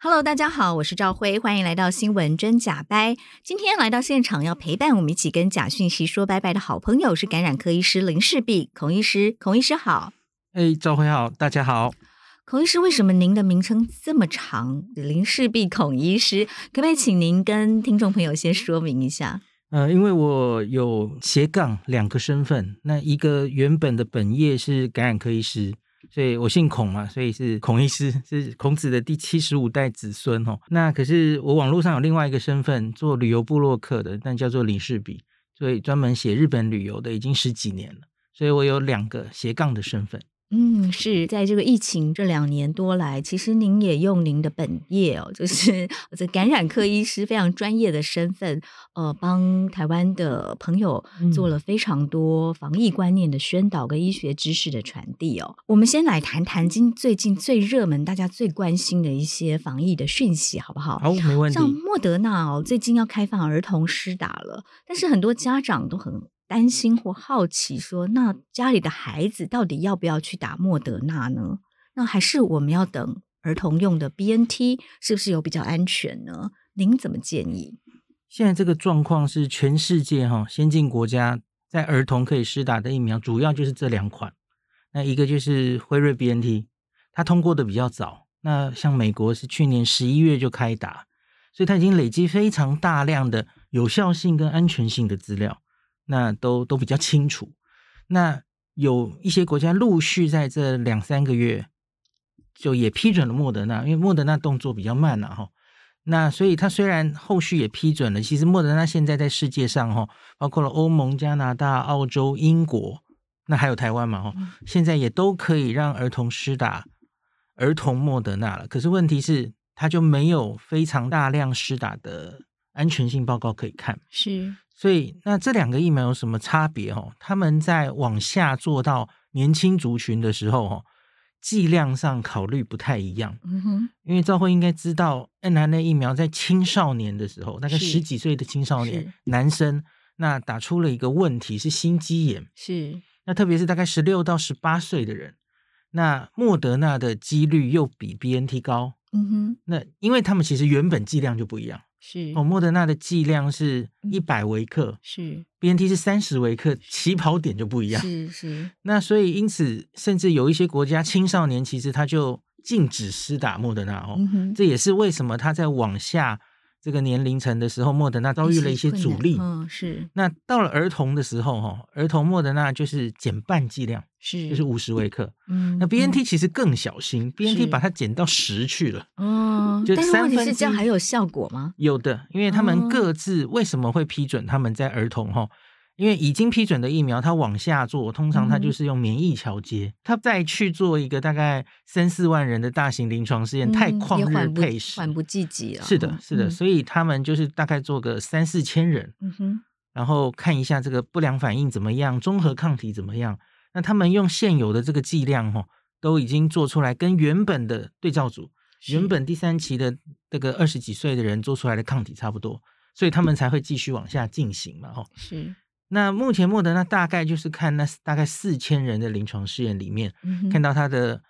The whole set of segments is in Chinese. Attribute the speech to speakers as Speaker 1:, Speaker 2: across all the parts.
Speaker 1: Hello，大家好，我是赵辉，欢迎来到新闻真假掰。今天来到现场要陪伴我们一起跟假讯息说拜拜的好朋友是感染科医师林世璧，孔医师，孔医师好。
Speaker 2: 哎，赵辉好，大家好。
Speaker 1: 孔医师，为什么您的名称这么长？林世璧孔医师，可不可以请您跟听众朋友先说明一下？
Speaker 2: 呃，因为我有斜杠两个身份，那一个原本的本业是感染科医师，所以我姓孔嘛，所以是孔医师，是孔子的第七十五代子孙哦。那可是我网络上有另外一个身份，做旅游部落客的，但叫做林世比，所以专门写日本旅游的，已经十几年了，所以我有两个斜杠的身份。
Speaker 1: 嗯，是在这个疫情这两年多来，其实您也用您的本业哦，就是这感染科医师非常专业的身份，呃，帮台湾的朋友做了非常多防疫观念的宣导跟医学知识的传递哦。我们先来谈谈今最近最热门、大家最关心的一些防疫的讯息，好不好？
Speaker 2: 好，没问题。
Speaker 1: 像莫德纳哦，最近要开放儿童施打了，但是很多家长都很担心或好奇说，那家里的孩子到底要不要去打莫德纳呢？那还是我们要等儿童用的 BNT 是不是有比较安全呢？您怎么建议？
Speaker 2: 现在这个状况是全世界哈、先进国家在儿童可以施打的疫苗，主要就是这两款。那一个就是辉瑞 BNT，它通过的比较早。那像美国是去年十一月就开打，所以它已经累积非常大量的有效性跟安全性的资料，那都都比较清楚。那有一些国家陆续在这两三个月就也批准了莫德纳，因为莫德纳动作比较慢了、哈。那所以它虽然后续也批准了，其实莫德纳现在在世界上哈、哦，包括了欧盟、加拿大、澳洲、英国，那还有台湾嘛哈、哦，现在也都可以让儿童施打儿童莫德纳了。可是问题是，它就没有非常大量施打的安全性报告可以看。
Speaker 1: 是
Speaker 2: 所以那这两个疫苗有什么差别哦？他们在往下做到年轻族群的时候哦，剂量上考虑不太一样。
Speaker 1: 嗯哼，
Speaker 2: 因为赵慧应该知道，mRNA 疫苗在青少年的时候，大概
Speaker 1: 是
Speaker 2: 十几岁的青少
Speaker 1: 是
Speaker 2: 年男生，那打出了一个问题是心肌炎，
Speaker 1: 是
Speaker 2: 那特别是大概十六到十八岁的人，那莫德纳的几率又比 BNT 高，
Speaker 1: 嗯哼
Speaker 2: 那因为他们其实原本剂量就不一样，
Speaker 1: 是
Speaker 2: 哦，莫德纳的剂量是
Speaker 1: 嗯
Speaker 2: 一百微克
Speaker 1: 是
Speaker 2: ，BNT 是三十微克，起跑点就不一样，
Speaker 1: 是是
Speaker 2: 那所以因此甚至有一些国家青少年其实他就禁止施打莫德纳哦，
Speaker 1: 嗯哼，
Speaker 2: 这也是为什么他在往下这个年龄层的时候，莫德纳遭遇了一些
Speaker 1: 困
Speaker 2: 阻
Speaker 1: 难
Speaker 2: 力。
Speaker 1: 嗯，是
Speaker 2: 那到了儿童的时候，哈，儿童莫德纳就是减半剂量，
Speaker 1: 是
Speaker 2: 就是五十微克。
Speaker 1: 嗯
Speaker 2: 那
Speaker 1: 嗯
Speaker 2: BNT 其实更小心
Speaker 1: 是
Speaker 2: ，BNT 把它减到十去了。
Speaker 1: 哦，
Speaker 2: 就
Speaker 1: 但是问题
Speaker 2: 三分
Speaker 1: 是这样
Speaker 2: 之一
Speaker 1: 还有效果吗？
Speaker 2: 有的，因为他
Speaker 1: 哦
Speaker 2: 们各自为什么会批准他们在儿童哈？因为已经批准的疫苗，它往下做，通常它
Speaker 1: 嗯
Speaker 2: 就是用免疫桥接，它再去做一个大概三四万人的大型临床试验，太
Speaker 1: 嗯
Speaker 2: 旷
Speaker 1: 也
Speaker 2: 日
Speaker 1: 缓不
Speaker 2: 配时，
Speaker 1: 缓不济急了。
Speaker 2: 是的
Speaker 1: 嗯，
Speaker 2: 是的，
Speaker 1: 嗯
Speaker 2: 所以他们就是大概做个三四千人，
Speaker 1: 嗯哼，
Speaker 2: 然后看一下这个不良反应怎么样，综合抗体怎么样。那他们用现有的这个剂量哦，都已经做出来，跟原本的对照组，原
Speaker 1: 是
Speaker 2: 本第三期的这个二十几岁的人做出来的抗体差不多，所以他们才会继续往下进行嘛，哦。
Speaker 1: 是，
Speaker 2: 那目前莫德纳大概就是看那大概四千人的临床试验里面，
Speaker 1: 嗯哼
Speaker 2: 看到它的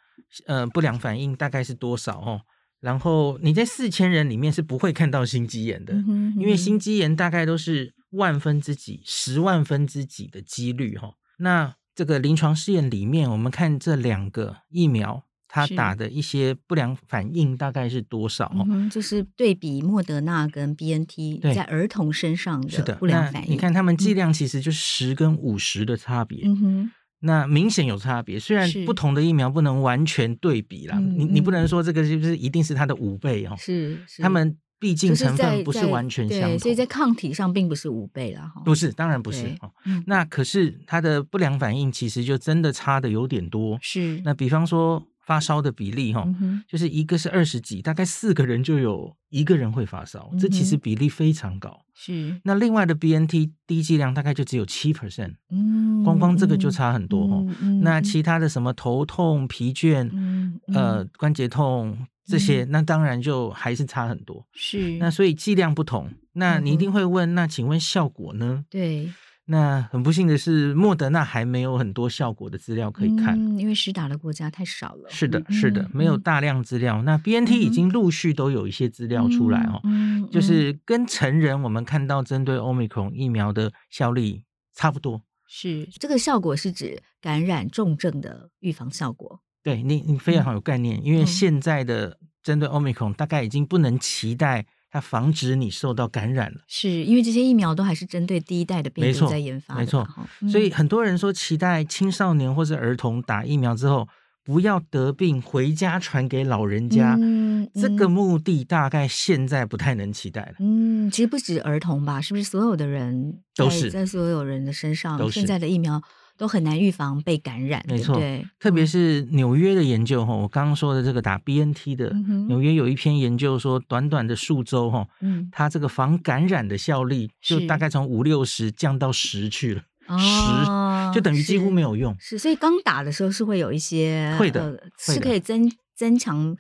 Speaker 2: 呃不良反应大概是多少哦。然后你在四千人里面是不会看到心肌炎的，
Speaker 1: 嗯哼
Speaker 2: 因为
Speaker 1: 嗯哼
Speaker 2: 心肌炎大概都是万分之几、十万分之几的几率哈、哦。那这个临床试验里面，我们看这两个疫苗它
Speaker 1: 是
Speaker 2: 打的一些不良反应大概是多少哦
Speaker 1: 嗯？哼，就是对比莫德纳跟 BNT
Speaker 2: 对
Speaker 1: 在儿童身上
Speaker 2: 是的，
Speaker 1: 不良
Speaker 2: 那
Speaker 1: 反应。
Speaker 2: 你看，他们剂量其实就是十跟五十的差别。
Speaker 1: 嗯哼，
Speaker 2: 那明显有差别，虽然
Speaker 1: 是
Speaker 2: 不同的疫苗不能完全对比啦，
Speaker 1: 嗯
Speaker 2: 你你不
Speaker 1: 嗯
Speaker 2: 能说这个是不是一定是它的五倍哦？
Speaker 1: 是是
Speaker 2: 他们毕
Speaker 1: 就
Speaker 2: 竟
Speaker 1: 是
Speaker 2: 成
Speaker 1: 在
Speaker 2: 分不是
Speaker 1: 在
Speaker 2: 完全
Speaker 1: 对
Speaker 2: 相同，
Speaker 1: 所以在抗体上并不是五倍了哈。
Speaker 2: 不是，当然不是
Speaker 1: 对
Speaker 2: 哦。
Speaker 1: 嗯，
Speaker 2: 那可是它的不良反应其实就真的差的有点多。
Speaker 1: 是
Speaker 2: 那比方说发烧的比例哈、
Speaker 1: 嗯哼，
Speaker 2: 就是一个是二十几，大概四个人就有一个人会发烧，这其实
Speaker 1: 嗯哼
Speaker 2: 比例非常高。
Speaker 1: 是，
Speaker 2: 那另外的 BNT 低剂量大概就只有七 percent，
Speaker 1: 嗯，
Speaker 2: 光光这个就
Speaker 1: 嗯
Speaker 2: 差很多哦。，
Speaker 1: 嗯
Speaker 2: 那其他的什么头痛、疲倦、
Speaker 1: 嗯嗯
Speaker 2: 呃关节痛这些，那当然就还是差很多。
Speaker 1: 是
Speaker 2: 那所以剂量不同，那你一定
Speaker 1: 嗯
Speaker 2: 会问，那请问效果呢？
Speaker 1: 对
Speaker 2: 那很不幸的是，莫德纳还没有很多效果的资料可以看。
Speaker 1: 嗯因为施打的国家太少了，
Speaker 2: 是的，
Speaker 1: 嗯
Speaker 2: 是的，没有大量资料。那 BNT 已
Speaker 1: 嗯哼
Speaker 2: 经陆续都有一些资料出来哦，
Speaker 1: 嗯，嗯
Speaker 2: 就
Speaker 1: 嗯
Speaker 2: 是跟成人我们看到针对 Omicron 疫苗的效力差不多。
Speaker 1: 是这个效果是指感染重症的预防效果，
Speaker 2: 对你，你非常好有概念，因为
Speaker 1: 嗯
Speaker 2: 现在的针对 Omicron 大概已经不能期待它防止你受到感染了。
Speaker 1: 是因为这些疫苗都还是针对第一代的病
Speaker 2: 没
Speaker 1: 毒
Speaker 2: 错
Speaker 1: 在研发的吧，
Speaker 2: 没错
Speaker 1: 哈
Speaker 2: 所以
Speaker 1: 嗯
Speaker 2: 很多人说，期待青少年或是儿童打疫苗之后不要得病，回家传给老人家，
Speaker 1: 嗯
Speaker 2: 这个
Speaker 1: 嗯
Speaker 2: 目的大概现在不太能期待了。
Speaker 1: 嗯，其实不止儿童吧，是不是所有的人
Speaker 2: 都
Speaker 1: 在
Speaker 2: 是
Speaker 1: 在所有人的身上，
Speaker 2: 都
Speaker 1: 现
Speaker 2: 是
Speaker 1: 在的疫苗都很难预防被感染，
Speaker 2: 没
Speaker 1: 对不
Speaker 2: 错
Speaker 1: 对
Speaker 2: 特别
Speaker 1: 嗯
Speaker 2: 是纽约的研究哈，我刚刚说的这个打 BNT 的
Speaker 1: 嗯哼
Speaker 2: 纽约有一篇研究说，短短的数周哈，
Speaker 1: 嗯
Speaker 2: 它这个防感染的效力
Speaker 1: 是
Speaker 2: 就大概从五六十降到十去了，
Speaker 1: 哦
Speaker 2: 就等于几乎
Speaker 1: 是
Speaker 2: 没有用。
Speaker 1: 是，所以刚打的时候是会有一些
Speaker 2: 会的
Speaker 1: 呃
Speaker 2: 会
Speaker 1: 是
Speaker 2: 的
Speaker 1: 可以增增强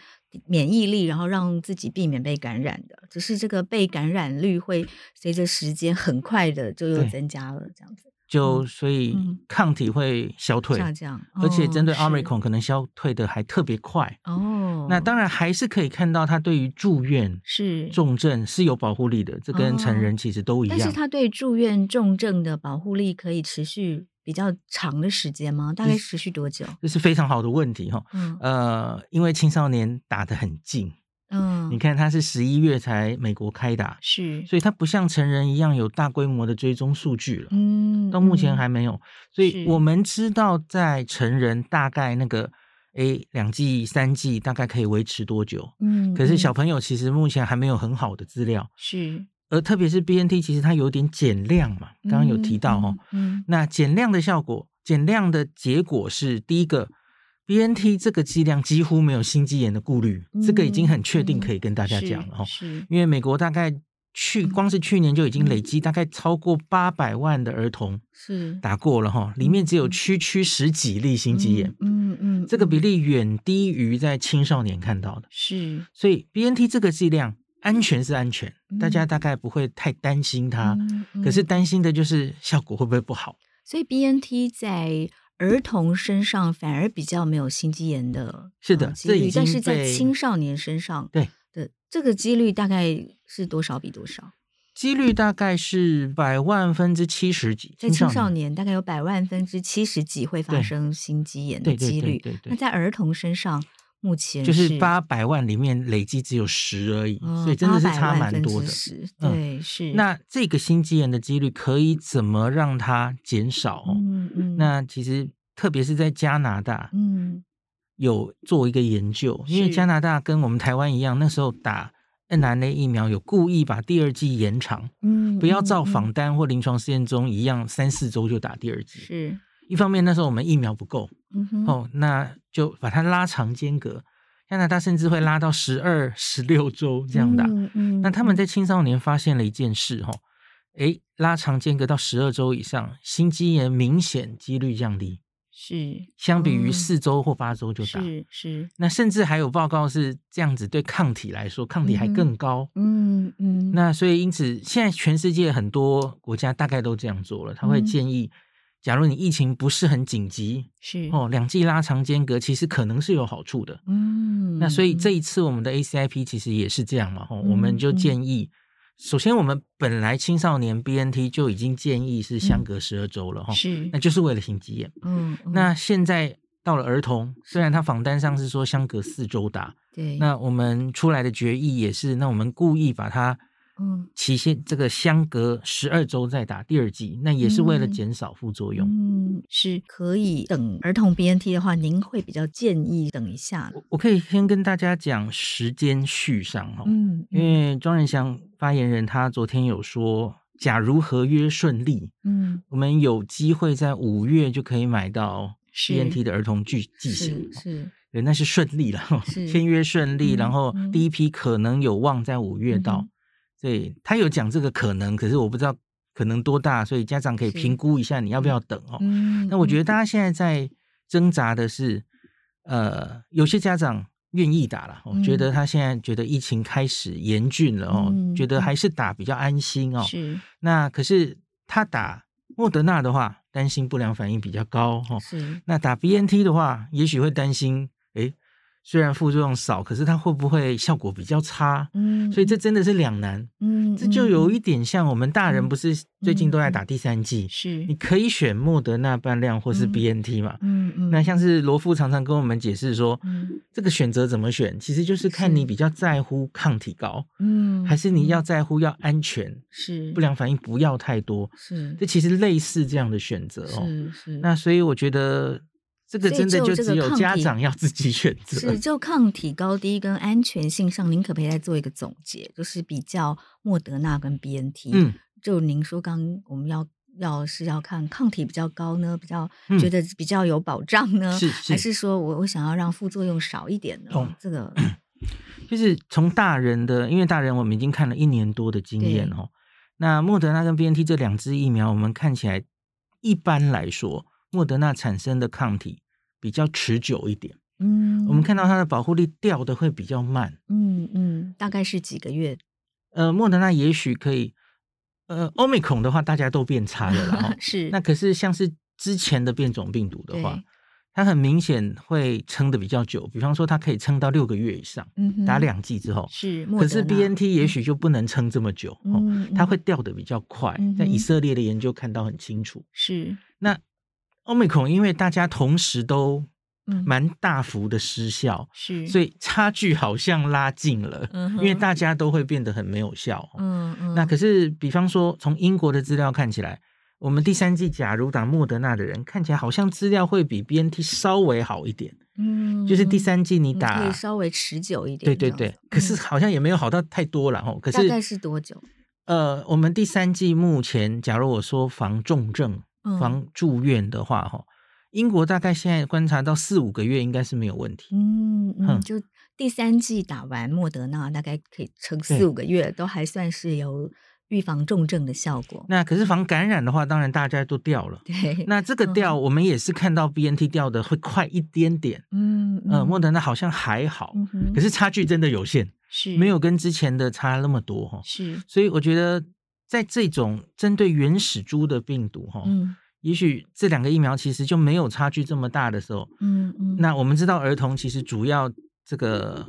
Speaker 1: 免疫力，然后让自己避免被感染的。只是这个被感染率会随着时间很快的就又
Speaker 2: 对
Speaker 1: 增加了，这样子
Speaker 2: 就所以
Speaker 1: 嗯
Speaker 2: 抗体会消退，
Speaker 1: 下降。
Speaker 2: 而且针对
Speaker 1: 哦
Speaker 2: Omicron 可能消退的还特别快。
Speaker 1: 是哦，
Speaker 2: 那当然还是可以看到它对于住院、
Speaker 1: 是
Speaker 2: 重症是有保护力的，这跟成人其实都一
Speaker 1: 哦但是
Speaker 2: 样。
Speaker 1: 它对住院重症的保护力可以持续比较长的时间吗？大概持续多久？
Speaker 2: 这是非常好的问题哈。
Speaker 1: 嗯
Speaker 2: 呃，因为青少年打得很近，
Speaker 1: 嗯，
Speaker 2: 你看他是十一月才美国开打，
Speaker 1: 是
Speaker 2: 所以他不像成人一样有大规模的追踪数据了。
Speaker 1: 嗯，
Speaker 2: 到目前
Speaker 1: 嗯
Speaker 2: 还没有，所以
Speaker 1: 是
Speaker 2: 我们知道在成人大概那个诶两剂三剂大概可以维持多久，
Speaker 1: 嗯，
Speaker 2: 可是小
Speaker 1: 嗯
Speaker 2: 朋友其实目前还没有很好的资料，
Speaker 1: 是
Speaker 2: 而特别是 BNT 其实它有点减量嘛，刚刚有提到哦，，
Speaker 1: 嗯嗯
Speaker 2: 那减量的效果，减量的结果是第一个。BNT 这个剂量几乎没有心肌炎的顾虑，这个已经很确定
Speaker 1: 嗯
Speaker 2: 可以跟大家讲了哦。
Speaker 1: 是是
Speaker 2: 因为美国大概去光是去年就已经
Speaker 1: 嗯
Speaker 2: 累积大概超过八百万的儿童
Speaker 1: 是
Speaker 2: 打过了哈，里面只有区区十几例心肌炎，
Speaker 1: 嗯嗯，
Speaker 2: 这个比
Speaker 1: 嗯
Speaker 2: 例远低于在青少年看到的，
Speaker 1: 是
Speaker 2: 所以 BNT 这个剂量安全是安全，大家大概不会太担心它，
Speaker 1: 嗯
Speaker 2: 可是
Speaker 1: 嗯
Speaker 2: 担心的就是效果会不会不好。
Speaker 1: 所以 BNT 在儿童身上反而比较没有心肌炎的，
Speaker 2: 是的
Speaker 1: 呃几
Speaker 2: 这已
Speaker 1: 率但
Speaker 2: 经
Speaker 1: 是在
Speaker 2: 被
Speaker 1: 青少年身上
Speaker 2: 对
Speaker 1: 的这个几率大概是多少比多少？
Speaker 2: 几率大概是百万分之七十几，
Speaker 1: 在青少年大概有百万分之七十几会发
Speaker 2: 对
Speaker 1: 生心肌炎的
Speaker 2: 对对
Speaker 1: 几
Speaker 2: 对
Speaker 1: 率，
Speaker 2: 对对
Speaker 1: 那在儿童身上目前
Speaker 2: 就是八百万里面累积只有十而已，
Speaker 1: 嗯
Speaker 2: 所以真的是
Speaker 1: 800
Speaker 2: 差
Speaker 1: 万
Speaker 2: 蛮
Speaker 1: 分
Speaker 2: 多
Speaker 1: 之
Speaker 2: 的。
Speaker 1: 10
Speaker 2: 嗯
Speaker 1: 对，是
Speaker 2: 那这个心肌炎的几率可以怎么让它减少哦？
Speaker 1: 嗯嗯
Speaker 2: 那其实特别是在加拿大
Speaker 1: 嗯
Speaker 2: 有做一个研究，因为
Speaker 1: 是
Speaker 2: 加拿大跟我们台湾一样，那时候打 mRNA 疫苗有故意把第二剂延长，
Speaker 1: 嗯
Speaker 2: 不要
Speaker 1: 嗯
Speaker 2: 照
Speaker 1: 嗯
Speaker 2: 仿单或临床试验中一样三四周就打第二剂。
Speaker 1: 是
Speaker 2: 一方面那时候我们疫苗不够
Speaker 1: 嗯哼
Speaker 2: 哦，那就把它拉长间隔。加拿大甚至会拉到十二、十六周这样打。
Speaker 1: 嗯嗯
Speaker 2: 那他们
Speaker 1: 嗯
Speaker 2: 在青少年发现了一件事，哈，诶，拉长间隔到十二周以上，心肌炎明显几率降低，
Speaker 1: 是
Speaker 2: 相比于
Speaker 1: 哦
Speaker 2: 四周或八周就打。
Speaker 1: 是是
Speaker 2: 那甚至还有报告是这样子，对抗体来说，抗体还更高。
Speaker 1: 嗯嗯
Speaker 2: 那所以因此，现在全世界很多国家大概都这样做了，他会
Speaker 1: 嗯
Speaker 2: 建议，假如你疫情不是很紧急，
Speaker 1: 是
Speaker 2: 哦，两剂拉长间隔其实可能是有好处的。
Speaker 1: 嗯
Speaker 2: 那所以
Speaker 1: 嗯
Speaker 2: 这一次我们的 ACIP 其实也是这样嘛，吼、
Speaker 1: 嗯
Speaker 2: 我们就建议，首先我们本来青少年 BNT 就已经建议是相隔十二周了，哈、
Speaker 1: 嗯是
Speaker 2: 哦那就是为了心肌炎。
Speaker 1: 嗯嗯
Speaker 2: 那现在到了儿童，虽然他访单上是说相隔四周打，
Speaker 1: 对
Speaker 2: 那我们出来的决议也是，那我们故意把它
Speaker 1: 嗯
Speaker 2: 期限这个相隔十二周再打第二剂，那也是为了
Speaker 1: 嗯
Speaker 2: 减少副作用。
Speaker 1: 嗯是可以等儿童 BNT 的话，您会比较建议等一下
Speaker 2: 我我可以先跟大家讲时间序上哈、哦
Speaker 1: 嗯
Speaker 2: 因为庄仁祥发言人他昨天有说，假如合约顺利，
Speaker 1: 嗯
Speaker 2: 我们有机会在五月就可以买到
Speaker 1: 是
Speaker 2: BNT 的儿童剂剂
Speaker 1: 是
Speaker 2: 型。
Speaker 1: 是
Speaker 2: 对，那是顺利了，
Speaker 1: 是
Speaker 2: 签约顺
Speaker 1: 嗯
Speaker 2: 利，然后
Speaker 1: 嗯
Speaker 2: 第一批可能有望在五月到，
Speaker 1: 嗯
Speaker 2: 所以他有讲这个可能，可是我不知道可能多大，所以家长可以
Speaker 1: 是
Speaker 2: 评估一下你要不要等哦。
Speaker 1: 嗯
Speaker 2: 那我觉得
Speaker 1: 嗯
Speaker 2: 大家现在在挣扎的是，呃，有些家长愿意打了，我、
Speaker 1: 嗯
Speaker 2: 觉得他现在觉得疫情开始严峻了哦，
Speaker 1: 嗯
Speaker 2: 觉得还是打比较安心哦。
Speaker 1: 是
Speaker 2: 那可是他打莫德纳的话，担心不良反应比较高哦。
Speaker 1: 是
Speaker 2: 那打 BNT 的话，也许会担心，诶，虽然副作用少，可是它会不会效果比较差？
Speaker 1: 嗯，
Speaker 2: 所以这真的是两难，
Speaker 1: 嗯
Speaker 2: 这就有
Speaker 1: 嗯
Speaker 2: 一点像我们大人不是最近都在打第三剂，
Speaker 1: 是
Speaker 2: 你可以选莫德纳半量或是
Speaker 1: 嗯
Speaker 2: BNT 嘛。
Speaker 1: 嗯嗯
Speaker 2: 那像是罗富常常跟我们解释说，
Speaker 1: 嗯
Speaker 2: 这个选择怎么选，其实就是看你
Speaker 1: 是
Speaker 2: 比较在乎抗体高，
Speaker 1: 嗯
Speaker 2: 还是你要
Speaker 1: 嗯
Speaker 2: 在乎要安全，
Speaker 1: 是
Speaker 2: 不良反应不要太多。
Speaker 1: 是
Speaker 2: 这其实类似这样的选择哦。
Speaker 1: 是是
Speaker 2: 那所以我觉得这个
Speaker 1: 所以
Speaker 2: 真的
Speaker 1: 就
Speaker 2: 就
Speaker 1: 这
Speaker 2: 只
Speaker 1: 个
Speaker 2: 有
Speaker 1: 抗
Speaker 2: 家
Speaker 1: 体
Speaker 2: 长要自己选择
Speaker 1: 是，。就抗体高低跟安全性上，您可不可以再做一个总结？就是比较莫德纳跟 B N T，，
Speaker 2: 嗯，
Speaker 1: 就您说刚我们要要是要看抗体比较高呢，比较、
Speaker 2: 嗯
Speaker 1: 觉得比较有保障呢，
Speaker 2: 是
Speaker 1: 还
Speaker 2: 是，
Speaker 1: 是说我我想要让副作用少一点呢？
Speaker 2: 懂
Speaker 1: 这个
Speaker 2: 就是从大人的，因为大人我们已经看了一年多的经验
Speaker 1: 对
Speaker 2: 哦。那莫德纳跟 B N T 这两支疫苗，我们看起来一般来说，莫德纳产生的抗体比较持久一点，
Speaker 1: 嗯，
Speaker 2: 我们看到它的保护力掉的会比较慢。
Speaker 1: 嗯嗯，大概是几个月？。
Speaker 2: 呃，莫德纳也许可以，呃，欧美孔的话大家都变差了啦、哦
Speaker 1: 是
Speaker 2: 那可是像是之前的变种病毒的话
Speaker 1: 对，
Speaker 2: 它很明显会撑的比较久，比方说它可以撑到六个月以上，
Speaker 1: 嗯哼
Speaker 2: 打两剂之后。
Speaker 1: 是，莫
Speaker 2: 可是
Speaker 1: 德纳
Speaker 2: B N T 也许就不能撑这么久、哦，
Speaker 1: 嗯，
Speaker 2: 它
Speaker 1: 嗯
Speaker 2: 会掉的比较快
Speaker 1: 嗯哼。
Speaker 2: 在以色列的研究看到很清楚。
Speaker 1: 是
Speaker 2: 那欧美孔因为大家同时都
Speaker 1: 嗯
Speaker 2: 蛮大幅的失效，
Speaker 1: 是，
Speaker 2: 所
Speaker 1: 以
Speaker 2: 以差距好像拉近了，
Speaker 1: 嗯
Speaker 2: 因
Speaker 1: 哼
Speaker 2: 为大家都会变得很没有效。哦
Speaker 1: 嗯嗯，
Speaker 2: 那可是，比方说，从英国的资料看起来，我们第三季假如打莫德纳的人，看起来好像资料会比 BNT 稍微好一点，
Speaker 1: 嗯
Speaker 2: 就是第
Speaker 1: 嗯
Speaker 2: 三季你
Speaker 1: 嗯
Speaker 2: 打
Speaker 1: 可以，稍微持久一点，
Speaker 2: 对对
Speaker 1: 这样
Speaker 2: 对
Speaker 1: 子，
Speaker 2: 可是
Speaker 1: 嗯
Speaker 2: 好像也没有好到太多了哦。可
Speaker 1: 大概
Speaker 2: 是，
Speaker 1: 是多久？
Speaker 2: 呃，我们第三季目前，假如我说防重症、
Speaker 1: 嗯
Speaker 2: 防住院的话，哈，英国大概现在观察到四五个月应该是没有问题。
Speaker 1: 嗯嗯，
Speaker 2: 哼
Speaker 1: 就第三季打完莫德纳，大概可以撑
Speaker 2: 对
Speaker 1: 四五个月，都还算是有预防重症的效果。
Speaker 2: 那可是防感染的话，当然大家都掉了。
Speaker 1: 对，嗯
Speaker 2: 那这个掉，我们也是看到 BNT 掉的会快一点点。
Speaker 1: 嗯
Speaker 2: 呃，莫
Speaker 1: 德，
Speaker 2: 德纳好像还好，
Speaker 1: 嗯哼
Speaker 2: 可是差距真的有限，
Speaker 1: 是
Speaker 2: 没有跟之前的差那么多哈、
Speaker 1: 是
Speaker 2: 所以我觉得，在这种针对原始株的病毒哈、
Speaker 1: 嗯
Speaker 2: 也许这两个疫苗其实就没有差距这么大的时候，
Speaker 1: 嗯嗯，
Speaker 2: 那我们知道儿童其实主要这个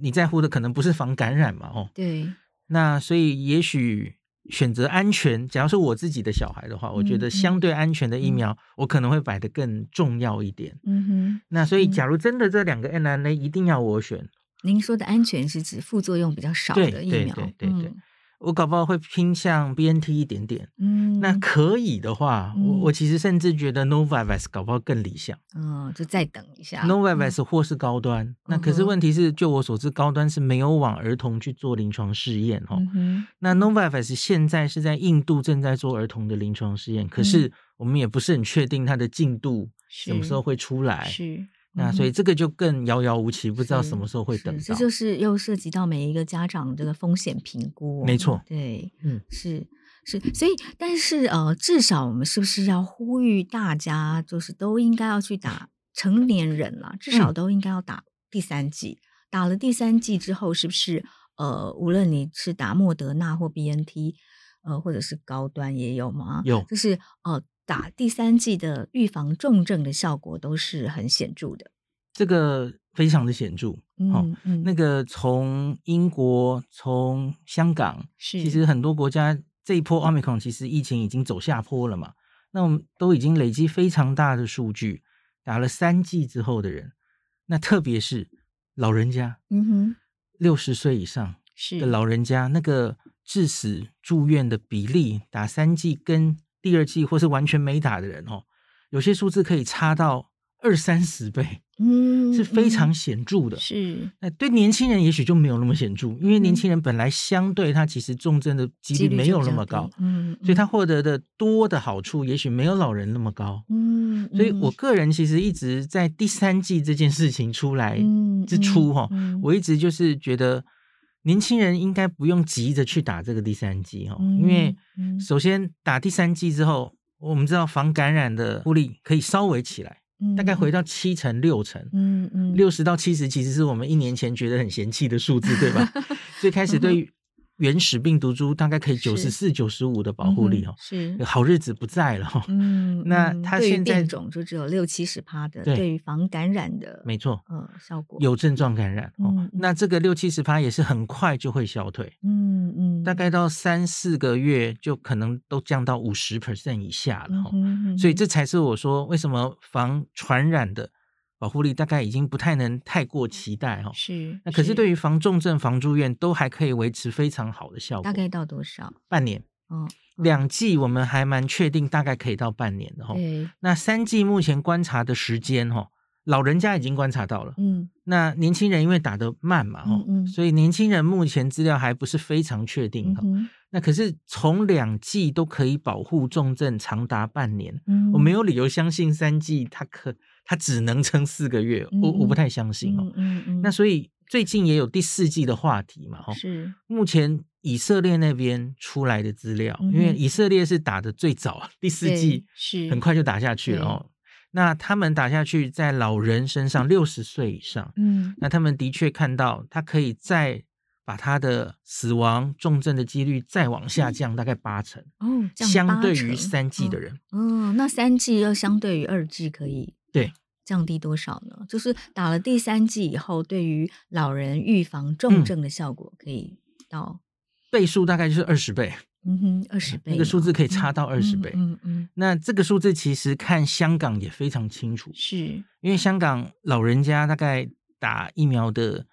Speaker 2: 你在乎的可能不是防感染嘛哦，
Speaker 1: 对，
Speaker 2: 那所以也许。选择安全，假如说我自己的小孩的话，我觉
Speaker 1: 嗯
Speaker 2: 得
Speaker 1: 嗯
Speaker 2: 相对安全的疫
Speaker 1: 嗯
Speaker 2: 苗，我可能会摆得更重要一点。
Speaker 1: 嗯哼，
Speaker 2: 那所以，
Speaker 1: 嗯
Speaker 2: 假如真的这两个 n r a 一定要我选，
Speaker 1: 您说的安全是指副作用比较少
Speaker 2: 对
Speaker 1: 的疫
Speaker 2: 对
Speaker 1: 苗，
Speaker 2: 对对对我搞不好会偏向 BNT 一点点。
Speaker 1: 嗯，嗯
Speaker 2: 那可以的话，我
Speaker 1: 嗯
Speaker 2: 我其实甚至觉得 Novavax 搞不好更理想、
Speaker 1: 嗯，就再等一下
Speaker 2: n o v a v a x 或是高端。那可是
Speaker 1: 嗯哼
Speaker 2: 问题是，就我所知，高端是没有往儿童去做临床试验哦。
Speaker 1: 嗯哼，
Speaker 2: 那 Novavax 现在是在印度正在做儿童的临床
Speaker 1: 嗯
Speaker 2: 试验，可是我们也不是很确定它的进度什么时候
Speaker 1: 是
Speaker 2: 会出来。
Speaker 1: 是。
Speaker 2: 那所以
Speaker 1: 嗯
Speaker 2: 这个就更遥遥无期，不知道
Speaker 1: 是
Speaker 2: 什么时候会
Speaker 1: 是
Speaker 2: 等
Speaker 1: 这
Speaker 2: 到。
Speaker 1: 就是又涉及到每一个家长这个风险评估哦、
Speaker 2: 没错
Speaker 1: 对，
Speaker 2: 嗯，
Speaker 1: 是是，所以但是呃，至少我们是不是要呼吁大家，就是都应该要去打成年人啦，至少
Speaker 2: 嗯
Speaker 1: 都应该要打第三剂。打了第三剂之后，是不是呃，无论你是打莫德纳或 B N T，呃，或者是高端也有吗？
Speaker 2: 有
Speaker 1: 就是呃，打第三剂的预防重症的效果都是很显著的。
Speaker 2: 这个非常的显著。
Speaker 1: 嗯、
Speaker 2: 哦
Speaker 1: 嗯，
Speaker 2: 那个从英国、从香港，
Speaker 1: 是
Speaker 2: 其实很多国家这一波 Omicron 其实疫情已经走下坡了嘛，那我们都已经累积非常大的数据，打了三剂之后的人，那特别是老人家，
Speaker 1: 嗯哼。
Speaker 2: 六十岁以上
Speaker 1: 是
Speaker 2: 的老人家，那个致死住院的比例，打三剂跟第二剂或是完全没打的人哦，有些数字可以差到二三十倍，
Speaker 1: 嗯，
Speaker 2: 是非常
Speaker 1: 嗯
Speaker 2: 显著的。
Speaker 1: 是
Speaker 2: 那对年轻人也许就没有那么显著，因为
Speaker 1: 嗯
Speaker 2: 年轻人本来相对他其实重症的几率
Speaker 1: 就
Speaker 2: 没有
Speaker 1: 比
Speaker 2: 那
Speaker 1: 较
Speaker 2: 么高
Speaker 1: 低，嗯，
Speaker 2: 所以他
Speaker 1: 嗯
Speaker 2: 获得的多的好处也许没有老人那么高。
Speaker 1: 嗯嗯
Speaker 2: 所以我个人其实一直在第三季这件事情出来
Speaker 1: 嗯
Speaker 2: 哎之初哈、
Speaker 1: 嗯嗯
Speaker 2: 我一直就是觉得年轻人应该不用急着去打这个第三季哈、
Speaker 1: 嗯
Speaker 2: 因为
Speaker 1: 嗯
Speaker 2: 首先打第三季之后，我们知道防感染的护力可以稍微起来，大概回到七成六成。
Speaker 1: 嗯嗯
Speaker 2: 六十到七十其实是我们一年前觉得很嫌弃的数字，对吧？最开
Speaker 1: 嗯
Speaker 2: 始对于原始病毒株大概可以九十四、九十五的
Speaker 1: 嗯
Speaker 2: 保护力哦，
Speaker 1: 是
Speaker 2: 好日子不在了哦。
Speaker 1: 嗯，
Speaker 2: 那
Speaker 1: 嗯
Speaker 2: 它
Speaker 1: 对于
Speaker 2: 现在
Speaker 1: 变种就只有六七十趴的
Speaker 2: 对
Speaker 1: 对于防感染的
Speaker 2: 没错，
Speaker 1: 呃效果，
Speaker 2: 有症状感染哦，
Speaker 1: 嗯嗯
Speaker 2: 那这个六七十趴也是很快就会消退，
Speaker 1: 嗯嗯，
Speaker 2: 大概到三四个月就可能都降到五十 percent 以下了
Speaker 1: 嗯
Speaker 2: 哦。
Speaker 1: 哼嗯
Speaker 2: 所以
Speaker 1: 哼
Speaker 2: 这才是我说为什么防传染的保护力大概已经不太能太过期待哦。
Speaker 1: 是
Speaker 2: 那可是对于防重症、防住院都还可以维持非常好的效果，
Speaker 1: 大概到多少？
Speaker 2: 半年
Speaker 1: 哦，
Speaker 2: 两剂，我们还蛮确定大概可以到半年的哈。
Speaker 1: 对，
Speaker 2: 那三剂目前观察的时间哈，老人家已经观察到了，
Speaker 1: 嗯
Speaker 2: 那年轻人因为打得慢嘛哦，
Speaker 1: 嗯嗯
Speaker 2: 所以年轻人目前资料还不是非常确定
Speaker 1: 嗯
Speaker 2: 哈。
Speaker 1: 哼
Speaker 2: 那可是从两剂都可以保护重症长达半年，
Speaker 1: 嗯，
Speaker 2: 我没有理由相信三剂它可它只能撑四个月，我我不太相信哦
Speaker 1: 嗯。嗯嗯，
Speaker 2: 那所以最近也有第四季的话题嘛，哈，
Speaker 1: 是
Speaker 2: 目前以色列那边出来的资料，因
Speaker 1: 嗯
Speaker 2: 为
Speaker 1: 哼
Speaker 2: 以色列是打的最早，第四
Speaker 1: 对
Speaker 2: 季
Speaker 1: 是
Speaker 2: 很快就打下去了哦。那他们打下去在老人身上六十岁以上，
Speaker 1: 嗯
Speaker 2: 那他们的确看到他可以再把他的死亡重症的几率再往下降，大概八成，
Speaker 1: 哦，嗯降
Speaker 2: 相
Speaker 1: 八
Speaker 2: 对
Speaker 1: 成
Speaker 2: 于三季的
Speaker 1: 嗯
Speaker 2: 人。
Speaker 1: 嗯，那三剂要相对于二剂可以
Speaker 2: 对
Speaker 1: 降低多少呢？就是打了第三剂以后，对于老人预防重
Speaker 2: 嗯
Speaker 1: 症的效果可以到
Speaker 2: 倍数大概就是二十倍，
Speaker 1: 嗯哼二十倍
Speaker 2: 那个数
Speaker 1: 嘛
Speaker 2: 字可以差到二十倍。
Speaker 1: 嗯嗯嗯
Speaker 2: 那这个数字其实看香港也非常清楚，
Speaker 1: 是
Speaker 2: 因为香港老人家大概打疫苗的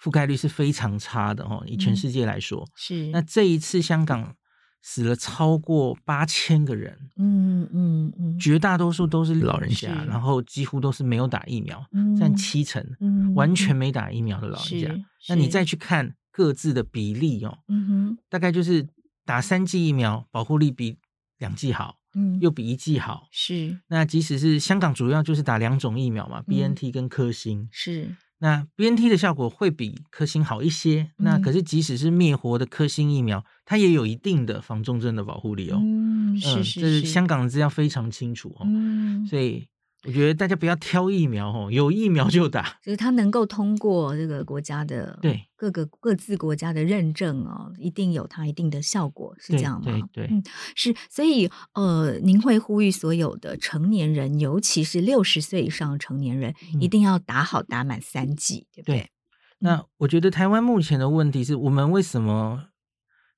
Speaker 2: 覆盖率是非常差的哦，以
Speaker 1: 嗯
Speaker 2: 全世界来说。
Speaker 1: 是
Speaker 2: 那这一次香港死了超过八千个人，
Speaker 1: 嗯嗯嗯
Speaker 2: 绝大多数都是老人家，
Speaker 1: 是
Speaker 2: 然后几乎都是没有打疫苗，
Speaker 1: 嗯
Speaker 2: 占七成，
Speaker 1: 嗯
Speaker 2: 完全没打疫苗的老人
Speaker 1: 是
Speaker 2: 家。那你
Speaker 1: 是
Speaker 2: 再去看各自的比例哦，
Speaker 1: 嗯哼
Speaker 2: 大概就是打三剂疫苗保护力比两剂好，
Speaker 1: 嗯
Speaker 2: 又比一剂好。
Speaker 1: 是
Speaker 2: 那即使是香港主要就是打两种疫苗嘛
Speaker 1: 嗯
Speaker 2: ，B N T 跟科兴。
Speaker 1: 是
Speaker 2: 那 B N T 的效果会比科兴好一些。那
Speaker 1: 嗯
Speaker 2: 可是即使是灭活的科兴疫苗，它也有一定的防重症的保护力哦。
Speaker 1: 嗯是
Speaker 2: 嗯
Speaker 1: 是
Speaker 2: 这
Speaker 1: 是
Speaker 2: 是香港的资料非常清楚哦。
Speaker 1: 嗯
Speaker 2: 所以我觉得大家不要挑疫苗哦，有疫苗就打。
Speaker 1: 就是它能够通过这个国家的
Speaker 2: 对
Speaker 1: 各个各自国家的认证哦，一定有它一定的效果，是这
Speaker 2: 对
Speaker 1: 样吗？
Speaker 2: 对对
Speaker 1: 嗯，是。所以呃，您会呼吁所有的成年人，尤其是六十岁以上的成年人，一
Speaker 2: 嗯
Speaker 1: 定要打好打满三剂，对不对？嗯
Speaker 2: 对那我觉得台湾目前的问题是我们为什么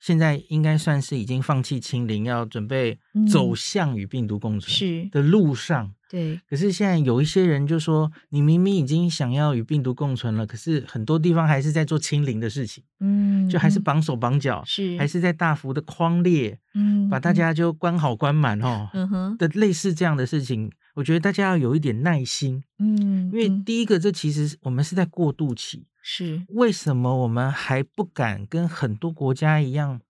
Speaker 2: 现在应该算是已经放弃清零，要准备
Speaker 1: 嗯
Speaker 2: 走向与病毒共存
Speaker 1: 是，
Speaker 2: 的路上。
Speaker 1: 对，
Speaker 2: 可是现在有一些人就说，你明明已经想要与病毒共存了，可是很多地方还是在做清零的事情，
Speaker 1: 嗯，
Speaker 2: 就还是
Speaker 1: 嗯
Speaker 2: 绑手绑脚，
Speaker 1: 是
Speaker 2: 还是在大幅的框列，
Speaker 1: 嗯
Speaker 2: 把大家就关好关满哦、
Speaker 1: 嗯嗯哼
Speaker 2: 的类似这样的事情。我觉得大家要有一点耐心，
Speaker 1: 嗯，
Speaker 2: 因为
Speaker 1: 嗯
Speaker 2: 第一个，这其实是我们是在过渡期，
Speaker 1: 是
Speaker 2: 为什么我们还不敢跟很多国家一样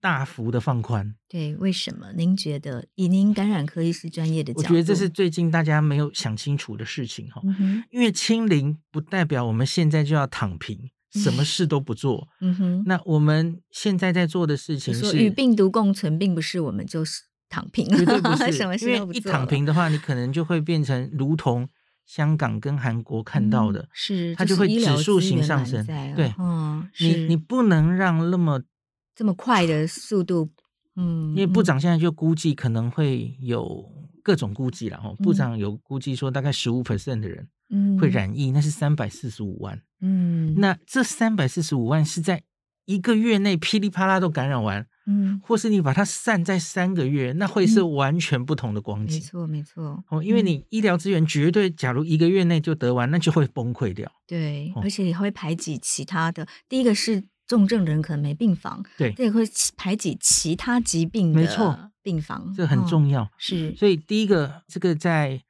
Speaker 2: 大幅的放宽？
Speaker 1: 对，为什么？您觉得以您感染科医师专业的角
Speaker 2: 我
Speaker 1: 度，
Speaker 2: 觉得这是最近大家没有想清楚的事情哈、
Speaker 1: 嗯哼
Speaker 2: 因为清零不代表我们现在就要躺平，什么事都不做。
Speaker 1: 嗯哼。
Speaker 2: 那我们现在在做的事
Speaker 1: 就
Speaker 2: 情
Speaker 1: 说
Speaker 2: 是
Speaker 1: 与病毒共存，并不是我们就是躺平了，
Speaker 2: 绝对不是，
Speaker 1: 什么事
Speaker 2: 因
Speaker 1: 都不
Speaker 2: 为一
Speaker 1: 做
Speaker 2: 躺
Speaker 1: 了
Speaker 2: 平的话，你可能就会变成如同香港跟韩国看到的，
Speaker 1: 嗯是
Speaker 2: 它
Speaker 1: 就
Speaker 2: 就是会
Speaker 1: 医疗
Speaker 2: 指数
Speaker 1: 资
Speaker 2: 型
Speaker 1: 源
Speaker 2: 上
Speaker 1: 满
Speaker 2: 升
Speaker 1: 载啊。
Speaker 2: 对，
Speaker 1: 嗯是
Speaker 2: 你你不能让那么，
Speaker 1: 这么快的速度，嗯，
Speaker 2: 因为部
Speaker 1: 嗯
Speaker 2: 长现在就估计可能会有各种估计了哈。部
Speaker 1: 嗯
Speaker 2: 长有估计说，大概十五 percent 的人
Speaker 1: 嗯
Speaker 2: 会，染疫，那是三百四十五万。
Speaker 1: 嗯，
Speaker 2: 那这三百四十五万是在一个月内噼里啪啦都感染完，
Speaker 1: 嗯，
Speaker 2: 或是你把它散在三个月，那会是完全不同的光
Speaker 1: 没
Speaker 2: 景。
Speaker 1: 错没错，
Speaker 2: 哦，因为
Speaker 1: 嗯
Speaker 2: 你医疗资源绝对，假如一个月内就得完，那就会崩溃掉。
Speaker 1: 对，
Speaker 2: 哦
Speaker 1: 而且也会排挤其他的。第一个是重症人可能没病房，
Speaker 2: 对
Speaker 1: 这也会其排挤其他疾病
Speaker 2: 没
Speaker 1: 的
Speaker 2: 错
Speaker 1: 病房，
Speaker 2: 这很
Speaker 1: 嗯
Speaker 2: 重要。
Speaker 1: 是
Speaker 2: 所以第一个，这个在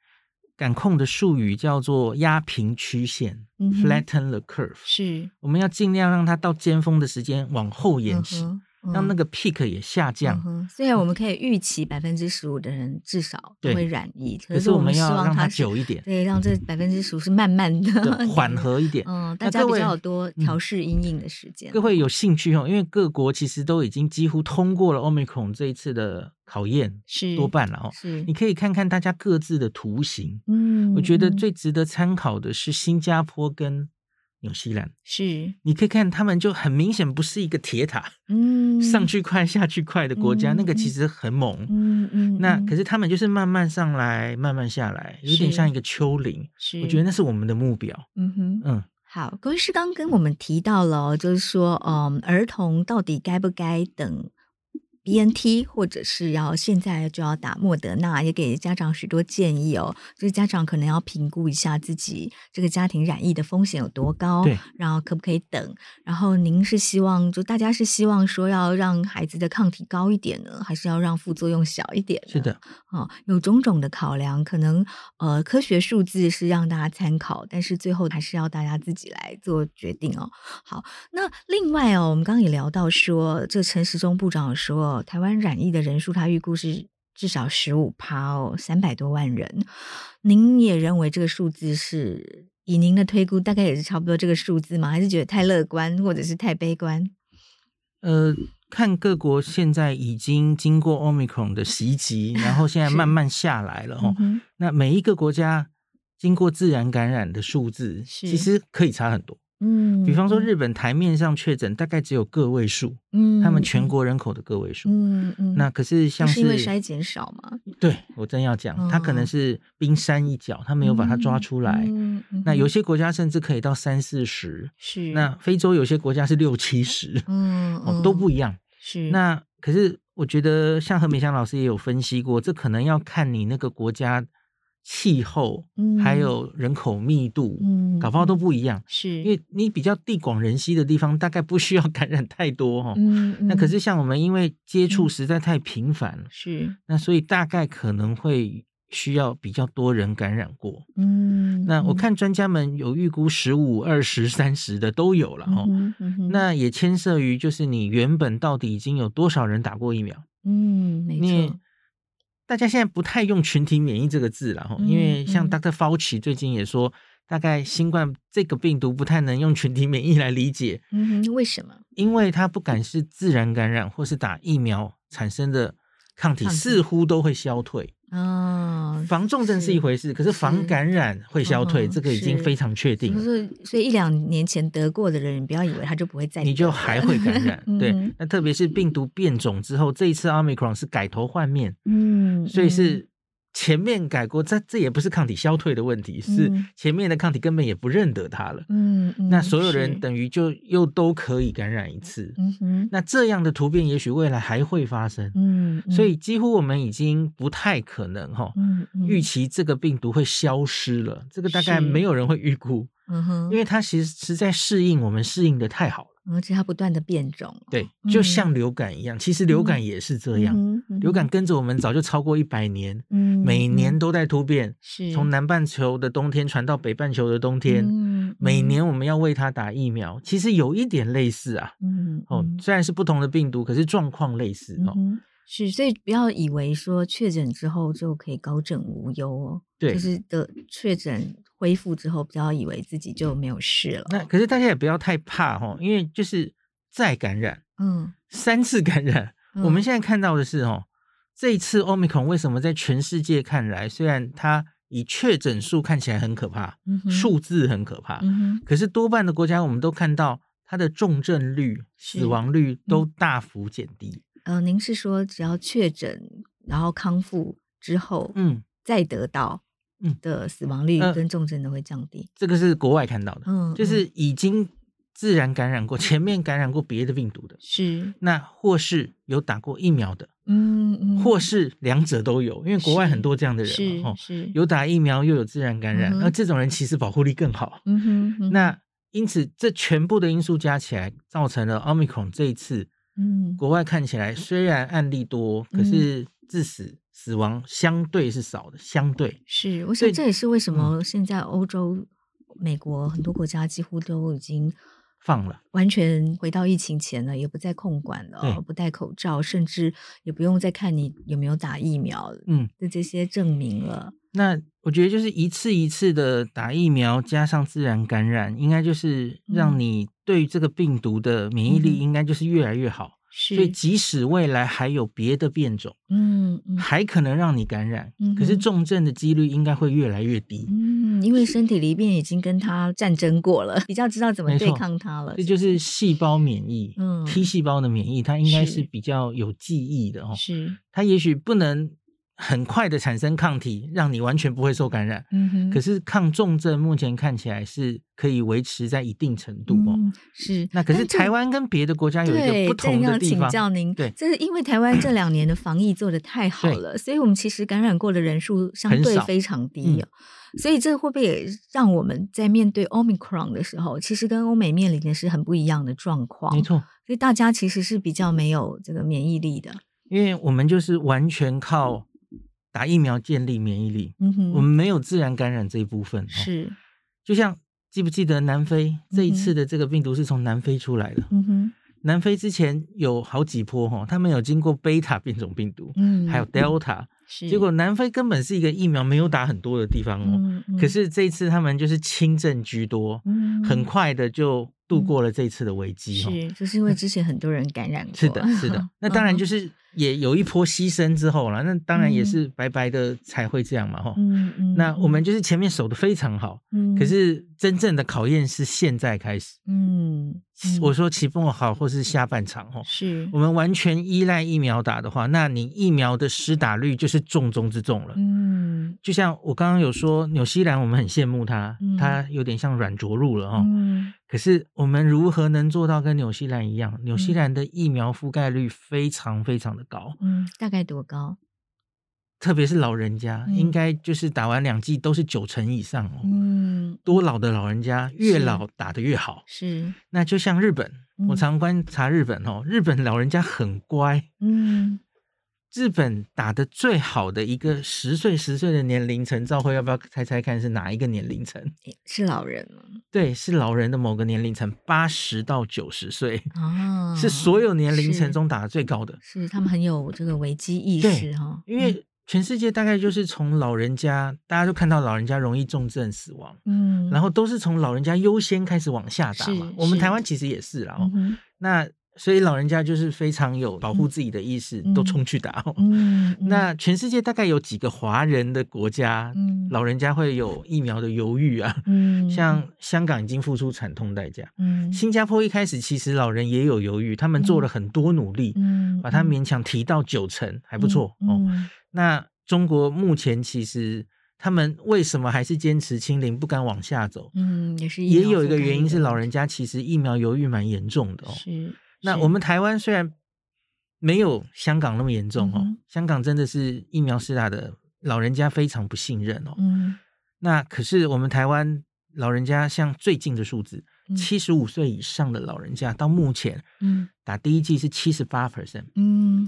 Speaker 2: 感控的术语叫做压平曲线、
Speaker 1: 嗯哼嗯
Speaker 2: f l a t t e n the curve）。
Speaker 1: 是
Speaker 2: 我们要尽量让它到尖峰的时间往后延
Speaker 1: 嗯
Speaker 2: 迟，
Speaker 1: 哼
Speaker 2: 让那个 peak 也下降
Speaker 1: 嗯。哼，虽然我们可以预期百分之十五的人至少
Speaker 2: 对
Speaker 1: 会染疫，
Speaker 2: 可
Speaker 1: 是
Speaker 2: 是我
Speaker 1: 们
Speaker 2: 们
Speaker 1: 希
Speaker 2: 要
Speaker 1: 望
Speaker 2: 让它
Speaker 1: 它是
Speaker 2: 久一 点，嗯
Speaker 1: 对，让这百分之十五是慢慢的
Speaker 2: 对缓。和一点。
Speaker 1: 嗯，大
Speaker 2: 那
Speaker 1: 家
Speaker 2: 各
Speaker 1: 比
Speaker 2: 位
Speaker 1: 较有多
Speaker 2: 嗯
Speaker 1: 调试阴影的时间。
Speaker 2: 各位有兴趣哦，因为各国其实都已经几乎通过了 Omicron 这一次的考验，
Speaker 1: 是
Speaker 2: 多半了哦。
Speaker 1: 嗯是
Speaker 2: 你可以看看大家各自的图形，
Speaker 1: 嗯，
Speaker 2: 我觉得
Speaker 1: 嗯
Speaker 2: 最值得参考的是新加坡跟纽西兰。
Speaker 1: 是
Speaker 2: 你可以看他们就很明显不是一个铁塔，
Speaker 1: 嗯
Speaker 2: 上去快下去快的国家，
Speaker 1: 嗯
Speaker 2: 那个其实很猛。
Speaker 1: 嗯嗯，
Speaker 2: 那
Speaker 1: 嗯
Speaker 2: 可是他们就是慢慢上来，慢慢下来，有点
Speaker 1: 是嗯
Speaker 2: 像一个丘陵。
Speaker 1: 是
Speaker 2: 我觉得那是我们的目标。
Speaker 1: 嗯哼。
Speaker 2: 嗯，
Speaker 1: 好，各位是刚跟我们提到了哦，就是说，嗯，儿童到底该不该等 BNT，或者是要现在就要打莫德纳，也给家长许多建议哦。就是家长可能要评估一下自己这个家庭染疫的风险有多高，
Speaker 2: 对，
Speaker 1: 然后可不可以等？然后您是希望，就大家是希望说要让孩子的抗体高一点呢，还是要让副作用小一点？
Speaker 2: 是。的，
Speaker 1: 哦，有种种的考量，可能呃，科学数字是让大家参考，但是最后还是要大家自己来做决定哦。好，那另外哦，我们刚刚也聊到说，这陈时中部长有说，台湾染疫的人数他预估是至少十五趴哦，三百多万人。您也认为这个数字是以您的推估，大概也是差不多这个数字吗？还是觉得太乐观，或者是太悲观？
Speaker 2: 呃，看各国现在已经经过 Omicron 的袭击，然后现在
Speaker 1: 是
Speaker 2: 慢慢下来了哦
Speaker 1: 嗯。哼，
Speaker 2: 那每一个国家经过自然感染的数字，
Speaker 1: 是
Speaker 2: 其实可以差很多。
Speaker 1: 嗯
Speaker 2: 比方说，日本台面上确诊大概只有个位数，
Speaker 1: 嗯，
Speaker 2: 他们全国人口的个位数。
Speaker 1: 嗯嗯，
Speaker 2: 那可是
Speaker 1: 那
Speaker 2: 像
Speaker 1: 是因为筛减少嘛，
Speaker 2: 对我真要讲，他可能
Speaker 1: 哦
Speaker 2: 是冰山一角，他没有把它抓出来。
Speaker 1: 嗯嗯
Speaker 2: 那有
Speaker 1: 哼
Speaker 2: 些国家甚至可以到三四十，
Speaker 1: 是
Speaker 2: 那非洲有些国家是六七十，
Speaker 1: 嗯
Speaker 2: 哦，都
Speaker 1: 嗯
Speaker 2: 不一样。
Speaker 1: 是
Speaker 2: 那可是我觉得，像何美香老师也有分析过，这可能要看你那个国家气候，
Speaker 1: 嗯
Speaker 2: 还有人口密度，
Speaker 1: 嗯
Speaker 2: 搞不好都
Speaker 1: 嗯
Speaker 2: 不一样。
Speaker 1: 是
Speaker 2: 因为你比较地广人稀的地方，大概不需要 感染太多哈、哦。
Speaker 1: 嗯
Speaker 2: 那可
Speaker 1: 嗯
Speaker 2: 是像我们，因为接触
Speaker 1: 嗯
Speaker 2: 实在太频繁了，
Speaker 1: 是
Speaker 2: 那所以大概可能会需要比较多人感染过。
Speaker 1: 嗯
Speaker 2: 那我
Speaker 1: 嗯
Speaker 2: 看专家们有预估十五、二十、三十的都有了
Speaker 1: 嗯
Speaker 2: 哦。
Speaker 1: 哼嗯哼
Speaker 2: 那也牵涉于就是你原本到底已经有多少人打过疫苗？
Speaker 1: 嗯没
Speaker 2: 你
Speaker 1: 错
Speaker 2: 大家现在不太用群体免疫这个字了哈，
Speaker 1: 嗯
Speaker 2: 因为像
Speaker 1: 嗯
Speaker 2: Dr. Fauci 最近也说，大概新冠这个病毒不太能用群体免疫来理解，
Speaker 1: 嗯哼为什么
Speaker 2: 因为它不管是自然感染或是打疫苗产生的抗体，
Speaker 1: 抗体
Speaker 2: 似乎都会消退。
Speaker 1: 啊？
Speaker 2: 防重症是一
Speaker 1: 是
Speaker 2: 回事，可是
Speaker 1: 是
Speaker 2: 防感染会消退，
Speaker 1: 嗯哼
Speaker 2: 这个已经
Speaker 1: 是
Speaker 2: 非常确定
Speaker 1: 就
Speaker 2: 了。
Speaker 1: 是所以一两年前得过的人，你不要以为他就不会再
Speaker 2: 你
Speaker 1: 得
Speaker 2: 就
Speaker 1: 了，
Speaker 2: 还会感染
Speaker 1: 嗯
Speaker 2: 对
Speaker 1: 哼。
Speaker 2: 那特别是病毒变种之后，这一次 Omicron 是改头换面，
Speaker 1: 嗯，
Speaker 2: 所以
Speaker 1: 嗯
Speaker 2: 是前面改过，这这也不是抗体消退的问题，是
Speaker 1: 嗯
Speaker 2: 前面的抗体根本也不认得它了。
Speaker 1: 嗯嗯
Speaker 2: 那所有
Speaker 1: 是
Speaker 2: 人等于就又都可以感染一次。
Speaker 1: 嗯哼
Speaker 2: 那这样的突变也许未来还会发生，
Speaker 1: 嗯，
Speaker 2: 所
Speaker 1: 嗯
Speaker 2: 以几乎我们已经不太可能哈、
Speaker 1: 嗯嗯
Speaker 2: 预期这个病毒会消失了，这个大概
Speaker 1: 是
Speaker 2: 没有人会预估，
Speaker 1: 嗯哼，
Speaker 2: 因为它其实实在适应我们适应的太好了。
Speaker 1: 而且它不断的变种哦，
Speaker 2: 对，
Speaker 1: 嗯
Speaker 2: 就像流感一样，其实流感也是这样，
Speaker 1: 嗯哼
Speaker 2: 流感，跟着我们早就超过一百年，
Speaker 1: 嗯哼，
Speaker 2: 每
Speaker 1: 嗯
Speaker 2: 年都在突变，
Speaker 1: 是
Speaker 2: 从南半球的冬天传到北半球的冬天，
Speaker 1: 嗯
Speaker 2: 每
Speaker 1: 嗯
Speaker 2: 年我们要为它打疫苗，其实有一点类似啊。
Speaker 1: 嗯
Speaker 2: 哦，
Speaker 1: 嗯
Speaker 2: 虽然是不同的病毒，可是状况类似
Speaker 1: 嗯
Speaker 2: 哦。
Speaker 1: 哼是，所以不要以为说确诊之后就可以高枕无忧哦，
Speaker 2: 对
Speaker 1: 就是的确诊恢复之后，不要以为自己就没有事了，
Speaker 2: 那可是大家也不要太怕哦，因为就是再感染
Speaker 1: 嗯，
Speaker 2: 三次感染，我们
Speaker 1: 嗯
Speaker 2: 现在看到的是哦，这一次 Omicron 为什么在全世界看来，虽然它以确诊数看起来很可怕，
Speaker 1: 嗯哼
Speaker 2: 数啊字很可怕，
Speaker 1: 嗯哼
Speaker 2: 可是多半的国家我们都看到它的重症率、
Speaker 1: 是嗯
Speaker 2: 死亡率都大幅减低。
Speaker 1: 呃，您是说只要确诊然后康复之后，
Speaker 2: 嗯，
Speaker 1: 再得到
Speaker 2: 嗯
Speaker 1: 的死亡率
Speaker 2: 呃
Speaker 1: 跟重症都会降低，
Speaker 2: 这个是国外看到的，
Speaker 1: 嗯，嗯
Speaker 2: 就是已经自然感染过、前面感染过别的病毒的，
Speaker 1: 是，
Speaker 2: 那或是有打过疫苗的，
Speaker 1: 嗯嗯，
Speaker 2: 或是两者都有，因为国外很多这样的人
Speaker 1: 是
Speaker 2: 嘛，哦，
Speaker 1: 是，
Speaker 2: 有打疫苗又有自然感染，
Speaker 1: 嗯哼
Speaker 2: 那这种人其实保护力更好。
Speaker 1: 嗯哼，嗯
Speaker 2: 那因此，这全部的因素加起来，造成了 Omicron 这一次
Speaker 1: 嗯
Speaker 2: 国外看起来虽然案例多，可是致死死亡相对是少的，相对
Speaker 1: 是，我
Speaker 2: 所
Speaker 1: 想
Speaker 2: 以
Speaker 1: 这也是为什
Speaker 2: 嗯
Speaker 1: 么现在欧洲、美国很多国家几乎都已经
Speaker 2: 放了。
Speaker 1: 完全回到疫情前了，也不再控管了
Speaker 2: 对
Speaker 1: 哦，不戴口罩，甚至也不用再看你有没有打疫苗
Speaker 2: 嗯，
Speaker 1: 的这些证明了。
Speaker 2: 那我觉得就是一次一次的打疫苗，加上自然感染，应该就是让
Speaker 1: 嗯
Speaker 2: 你对于这个病毒的免疫
Speaker 1: 嗯
Speaker 2: 力
Speaker 1: 哼
Speaker 2: 应该就是越来越好。所以
Speaker 1: 是，
Speaker 2: 即使未来还有别的变种，
Speaker 1: 嗯嗯
Speaker 2: 还可能让你感染，
Speaker 1: 嗯
Speaker 2: 可是
Speaker 1: 哼
Speaker 2: 重症的几率应该会越来越低。
Speaker 1: 嗯，因为身体里面已经跟它战争过了，比较知道怎么
Speaker 2: 没
Speaker 1: 对
Speaker 2: 错
Speaker 1: 抗它了。
Speaker 2: 这就是细胞免疫，
Speaker 1: 嗯
Speaker 2: t 细胞的免疫，它应该
Speaker 1: 是
Speaker 2: 是比较有记忆的哦。
Speaker 1: 是，
Speaker 2: 它也许不能很快的产生抗体，让你完全不会受感染，
Speaker 1: 嗯哼，
Speaker 2: 可是抗重症目前看起来是可以维持在一定程度哦。
Speaker 1: 嗯是。
Speaker 2: 那可是
Speaker 1: 但这
Speaker 2: 台湾跟别的国家有一
Speaker 1: 对，
Speaker 2: 个不同
Speaker 1: 正要
Speaker 2: 的地
Speaker 1: 请
Speaker 2: 方，
Speaker 1: 教您，
Speaker 2: 对
Speaker 1: 这是因为台湾这两年的防疫做得太好
Speaker 2: 对
Speaker 1: 了，所以我们其实感染过的人数相
Speaker 2: 很
Speaker 1: 对
Speaker 2: 少嗯
Speaker 1: 非常低哦。所以这会不会也让我们在面对 Omicron 的时候，其实跟欧美面临的是很不一样的状况？
Speaker 2: 没，错，
Speaker 1: 所以大家其实是比较没有这个免疫力的。
Speaker 2: 因为我们就是完全靠打疫苗建立免疫力，
Speaker 1: 嗯哼，
Speaker 2: 我们没有自然感染这一部分、哦。，
Speaker 1: 是，
Speaker 2: 就像记不记得南非这一
Speaker 1: 嗯
Speaker 2: 次
Speaker 1: 哼
Speaker 2: 的这个病毒是从南非出来的？
Speaker 1: 嗯哼，
Speaker 2: 南非之前有好几波哈、哦，他们有经过贝塔变种病毒，
Speaker 1: 嗯，
Speaker 2: 还有 Delta，、
Speaker 1: 是，
Speaker 2: 结果南非根本是一个疫苗没有打很多的地方哦。
Speaker 1: 嗯，嗯
Speaker 2: 可，是这一次他们就是轻症居多，
Speaker 1: 嗯
Speaker 2: 很快哦的就度过了这一次的危机、哦。
Speaker 1: 是，就是因为之前很多人感染过，。
Speaker 2: 是的，是的 那当然
Speaker 1: 嗯
Speaker 2: 就是也有一波牺牲之后了，那当然也
Speaker 1: 嗯
Speaker 2: 是白白的才会这样嘛，哈。
Speaker 1: 嗯嗯，
Speaker 2: 那我们就是前面守的非常好，
Speaker 1: 嗯，
Speaker 2: 可是真正的考验是现在开始。
Speaker 1: 嗯，嗯，
Speaker 2: 我说期末考或是下半场，哈，
Speaker 1: 是
Speaker 2: 我，们完全依赖疫苗打的话，那你疫苗的施打率就是重中之重了。
Speaker 1: 嗯
Speaker 2: 就像我刚刚有说，纽西兰我们很羡慕它
Speaker 1: 嗯，
Speaker 2: 它有点像软着陆了哦。
Speaker 1: 嗯
Speaker 2: 可是我们如何能做到跟纽西兰一样？纽西兰的疫苗覆盖率非常非常的高，
Speaker 1: 嗯，大概多高？
Speaker 2: 特别是老人家，
Speaker 1: 嗯
Speaker 2: 应该就是打完两剂都是九成以上哦。
Speaker 1: 嗯，
Speaker 2: 多老的老人家越老打得越好。
Speaker 1: 是，
Speaker 2: 那就像日本，
Speaker 1: 嗯
Speaker 2: 我常观察日本哦，日本老人家很乖。
Speaker 1: 嗯
Speaker 2: 日本打得最好的一个十岁十岁的年龄层，赵辉要不要猜猜看是哪一个年龄层？
Speaker 1: 是老人了
Speaker 2: 对，是老人的某个年龄层，八十到九十岁。
Speaker 1: 啊，
Speaker 2: 是所有年龄层
Speaker 1: 是
Speaker 2: 中打得最高的，
Speaker 1: 是他们很有这个危机意
Speaker 2: 对
Speaker 1: 识哈，
Speaker 2: 因为全世界大概就是从老人家，大家就看到老人家容易重症死亡，
Speaker 1: 嗯，
Speaker 2: 然
Speaker 1: 后
Speaker 2: 后都是从老人家优先开始往下打嘛
Speaker 1: 是。
Speaker 2: 我
Speaker 1: 是
Speaker 2: 们台湾其实也是啦、哦
Speaker 1: 嗯哼
Speaker 2: 那所以老人家就是非常有保护自己的意识，
Speaker 1: 嗯
Speaker 2: 都冲去打、哦
Speaker 1: 嗯，嗯
Speaker 2: 那全世界大概有几个华人的国家，
Speaker 1: 嗯
Speaker 2: 老人家会有疫苗的犹豫啊。
Speaker 1: 嗯
Speaker 2: 像香港已经付出惨痛代价，
Speaker 1: 嗯
Speaker 2: 新加坡一开始其实老人也有犹豫，他们做了很多努力，
Speaker 1: 嗯
Speaker 2: 把它
Speaker 1: 嗯
Speaker 2: 勉强提到九成，还不错、
Speaker 1: 嗯
Speaker 2: 哦。
Speaker 1: 嗯
Speaker 2: 那中国目前其实他们为什么还是坚持清零，不敢往下走？
Speaker 1: 嗯，也是疫
Speaker 2: 也
Speaker 1: 苗
Speaker 2: 有一
Speaker 1: 覆
Speaker 2: 个
Speaker 1: 盖
Speaker 2: 原
Speaker 1: 率
Speaker 2: 因
Speaker 1: 的
Speaker 2: 是老
Speaker 1: 问
Speaker 2: 人家其实疫苗犹豫蛮严重的
Speaker 1: 题
Speaker 2: 哦。
Speaker 1: 是，
Speaker 2: 那
Speaker 1: 是
Speaker 2: 我们台湾虽然没有香港那么严重哦，
Speaker 1: 嗯哼
Speaker 2: 香港真的是疫苗施打的老人家非常不信任哦。
Speaker 1: 嗯
Speaker 2: 那可是我们台湾老人家像最近的数字，
Speaker 1: 嗯
Speaker 2: 七十五岁以上的老人家到目前
Speaker 1: 嗯
Speaker 2: 打第一剂是七十八 percent，
Speaker 1: 嗯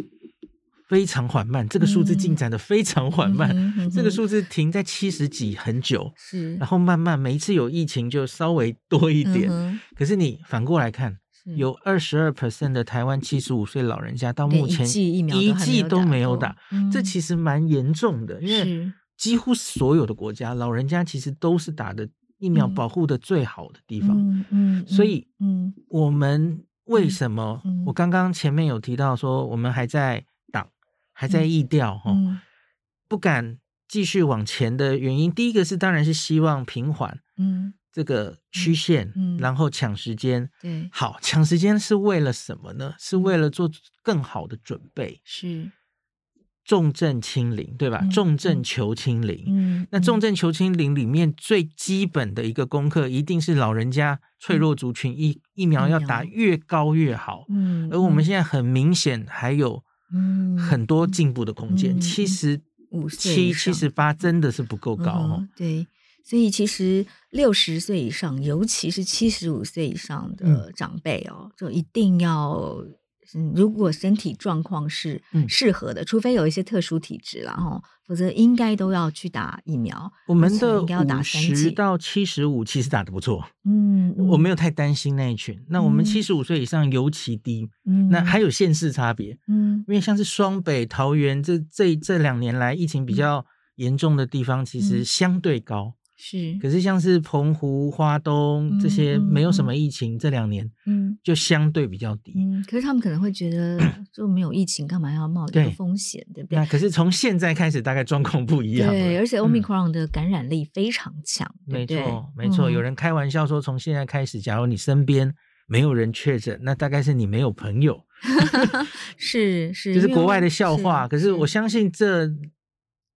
Speaker 2: 非常缓慢，这个数字进展的非常缓慢。
Speaker 1: 嗯哼嗯
Speaker 2: 这个
Speaker 1: 哼
Speaker 2: 数字停在七十几很久，
Speaker 1: 是
Speaker 2: 然后慢慢每一次有疫情就稍微多一点。
Speaker 1: 嗯哼
Speaker 2: 可是你反过来看，
Speaker 1: 是
Speaker 2: 有二十二 percent 的台湾七十五岁老人家到
Speaker 1: 对
Speaker 2: 目
Speaker 1: 一
Speaker 2: 前
Speaker 1: 剂疫苗
Speaker 2: 一
Speaker 1: 都还
Speaker 2: 剂都没有
Speaker 1: 过
Speaker 2: 打，，这
Speaker 1: 嗯
Speaker 2: 其实蛮严重的，因为
Speaker 1: 是
Speaker 2: 几乎所有的国家老人家其实都是打的疫苗
Speaker 1: 嗯
Speaker 2: 保护的最好的地方，
Speaker 1: 嗯嗯，
Speaker 2: 所
Speaker 1: 嗯
Speaker 2: 以
Speaker 1: 嗯
Speaker 2: 我们为什么
Speaker 1: 嗯嗯？
Speaker 2: 我刚刚前面有提到说，我们还在挡，还在意调哈，
Speaker 1: 嗯
Speaker 2: 不敢继续往前的原因，第一个是当然是希望平缓
Speaker 1: 嗯，
Speaker 2: 这个曲线，
Speaker 1: 嗯嗯
Speaker 2: 然后抢时间。
Speaker 1: 对，
Speaker 2: 好，抢时间是为了什么呢？是
Speaker 1: 嗯
Speaker 2: 为了做更好的准备，
Speaker 1: 是，
Speaker 2: 重症清零，对吧？
Speaker 1: 嗯
Speaker 2: 重症
Speaker 1: 嗯
Speaker 2: 求清零。
Speaker 1: 嗯，
Speaker 2: 那重
Speaker 1: 嗯
Speaker 2: 症求清零里面最基本的一个功课，一定是老人家脆弱族群疫疫苗要打
Speaker 1: 嗯疫苗
Speaker 2: 越高越好。
Speaker 1: 嗯，
Speaker 2: 而我们
Speaker 1: 嗯
Speaker 2: 现在很明显还有
Speaker 1: 嗯
Speaker 2: 很多进步的空
Speaker 1: 嗯
Speaker 2: 间，
Speaker 1: 嗯
Speaker 2: 七十
Speaker 1: 五岁以
Speaker 2: 七、七
Speaker 1: 上
Speaker 2: 十八真的是不够高
Speaker 1: 嗯
Speaker 2: 哦
Speaker 1: 哼。对。所以其实六十岁
Speaker 2: 嗯
Speaker 1: 以上，尤其是七十五岁以上的长辈哦，就一定要嗯，如果身体状况是
Speaker 2: 嗯
Speaker 1: 适合的，除非有一些特殊体质啦，哈，否则应该都要去打疫苗。
Speaker 2: 我们
Speaker 1: 而且
Speaker 2: 的
Speaker 1: 应该要打
Speaker 2: 五
Speaker 1: 三
Speaker 2: 十
Speaker 1: 剂
Speaker 2: 到七十五其实打得不错，
Speaker 1: 嗯，
Speaker 2: 我没有太担心那一群。那我们
Speaker 1: 嗯
Speaker 2: 七十五岁以上尤其低，
Speaker 1: 嗯，嗯
Speaker 2: 那还有县市差别，因
Speaker 1: 嗯
Speaker 2: 为像是双北、桃园这这这两年来疫情比较严重的地方，其实
Speaker 1: 嗯
Speaker 2: 相对高。
Speaker 1: 是
Speaker 2: 可是像是澎湖、花东这些
Speaker 1: 嗯嗯
Speaker 2: 没有什么疫情，这两年
Speaker 1: 嗯
Speaker 2: 就相对比较低。
Speaker 1: 嗯，可是他们可能会觉得就没有疫情，干嘛要冒这
Speaker 2: 嗯对
Speaker 1: 个风险，对不对
Speaker 2: 那？可是从现在开始，大概状况不一样了。
Speaker 1: 对，而且
Speaker 2: 嗯
Speaker 1: Omicron 的感染力非常强，
Speaker 2: 没
Speaker 1: 对不对
Speaker 2: 错，没错。有
Speaker 1: 嗯
Speaker 2: 人开玩笑说，从现在开始，假如你身边没有人确诊，那大概是你没有朋友，
Speaker 1: 是是，
Speaker 2: 就是
Speaker 1: 因为
Speaker 2: 国外
Speaker 1: 我
Speaker 2: 的笑话。可是我
Speaker 1: 是
Speaker 2: 相信这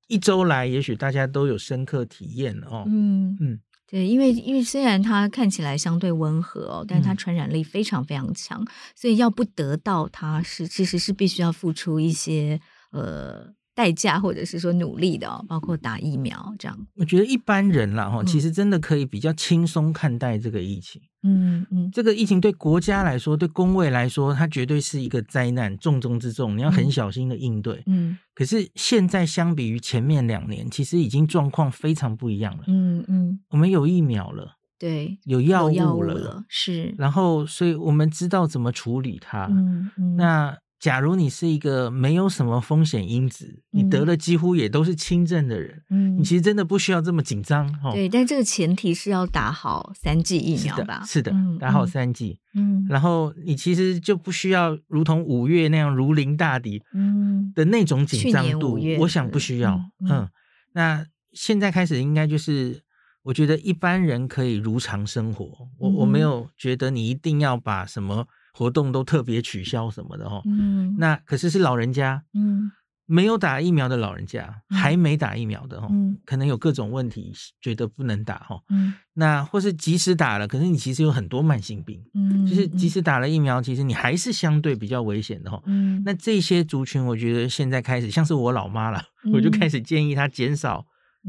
Speaker 2: 一周来，也许大家都有深刻体验哦。
Speaker 1: 嗯
Speaker 2: 嗯
Speaker 1: 嗯，对，因为因为虽然它看起来相对温和哦，但是它
Speaker 2: 嗯
Speaker 1: 传染力非常非常强，所以要不得到它是其实是必须要付出一些呃代价或者是说努力的、哦，包括打疫苗这样。
Speaker 2: 我觉得一般人啦，哈，
Speaker 1: 嗯
Speaker 2: 其实真的可以比较轻松看待这个疫情。
Speaker 1: 嗯嗯
Speaker 2: 这个疫情对国家来说，对工位来说，它绝对是一个灾难，重中之重，你要很
Speaker 1: 嗯
Speaker 2: 小心的应对。
Speaker 1: 嗯
Speaker 2: 可是现在相比于前面两年，其实已经状况非常不一样了。
Speaker 1: 嗯嗯，
Speaker 2: 我们有疫苗了，
Speaker 1: 对，
Speaker 2: 有药
Speaker 1: 有药
Speaker 2: 物
Speaker 1: 物
Speaker 2: 了，
Speaker 1: 了，是，
Speaker 2: 然后所以我们知道怎么处理它。
Speaker 1: 嗯嗯，
Speaker 2: 那假如你是一个没有什么风险因子，你
Speaker 1: 嗯
Speaker 2: 得了几乎也都是轻症的人，
Speaker 1: 嗯
Speaker 2: 你其实真的不需要这么紧张哦。
Speaker 1: 对，但这个前提是要打好三剂疫
Speaker 2: 是
Speaker 1: 苗吧
Speaker 2: 的，？是的，
Speaker 1: 嗯
Speaker 2: 打好，
Speaker 1: 嗯
Speaker 2: 三剂，
Speaker 1: 嗯
Speaker 2: 然后你其实就不需要如同五月那样如临大敌
Speaker 1: 嗯
Speaker 2: 的那种紧
Speaker 1: 去
Speaker 2: 张
Speaker 1: 年
Speaker 2: 度
Speaker 1: 五月，
Speaker 2: 我想不需要。嗯
Speaker 1: 嗯嗯
Speaker 2: 那现在开始应该就是，我觉得一般人可以如常生活。我我
Speaker 1: 嗯
Speaker 2: 没有觉得你一定要把什么活动都特别取消什么的哦。
Speaker 1: 嗯，
Speaker 2: 那可是是老人家，
Speaker 1: 嗯
Speaker 2: 没有打疫苗的老人家，
Speaker 1: 嗯
Speaker 2: 还没打疫苗的哦，
Speaker 1: 嗯
Speaker 2: 可能有各种问题，觉得不能打哦。
Speaker 1: 嗯
Speaker 2: 那或是即使打了，可是你其实有很多慢性病，
Speaker 1: 嗯，
Speaker 2: 就是即
Speaker 1: 嗯
Speaker 2: 使打了疫苗，其实你还是相对比较危险的哦。
Speaker 1: 嗯，
Speaker 2: 那这些族群，我觉得现在开始，像是我老妈啦，我就开始建议她减少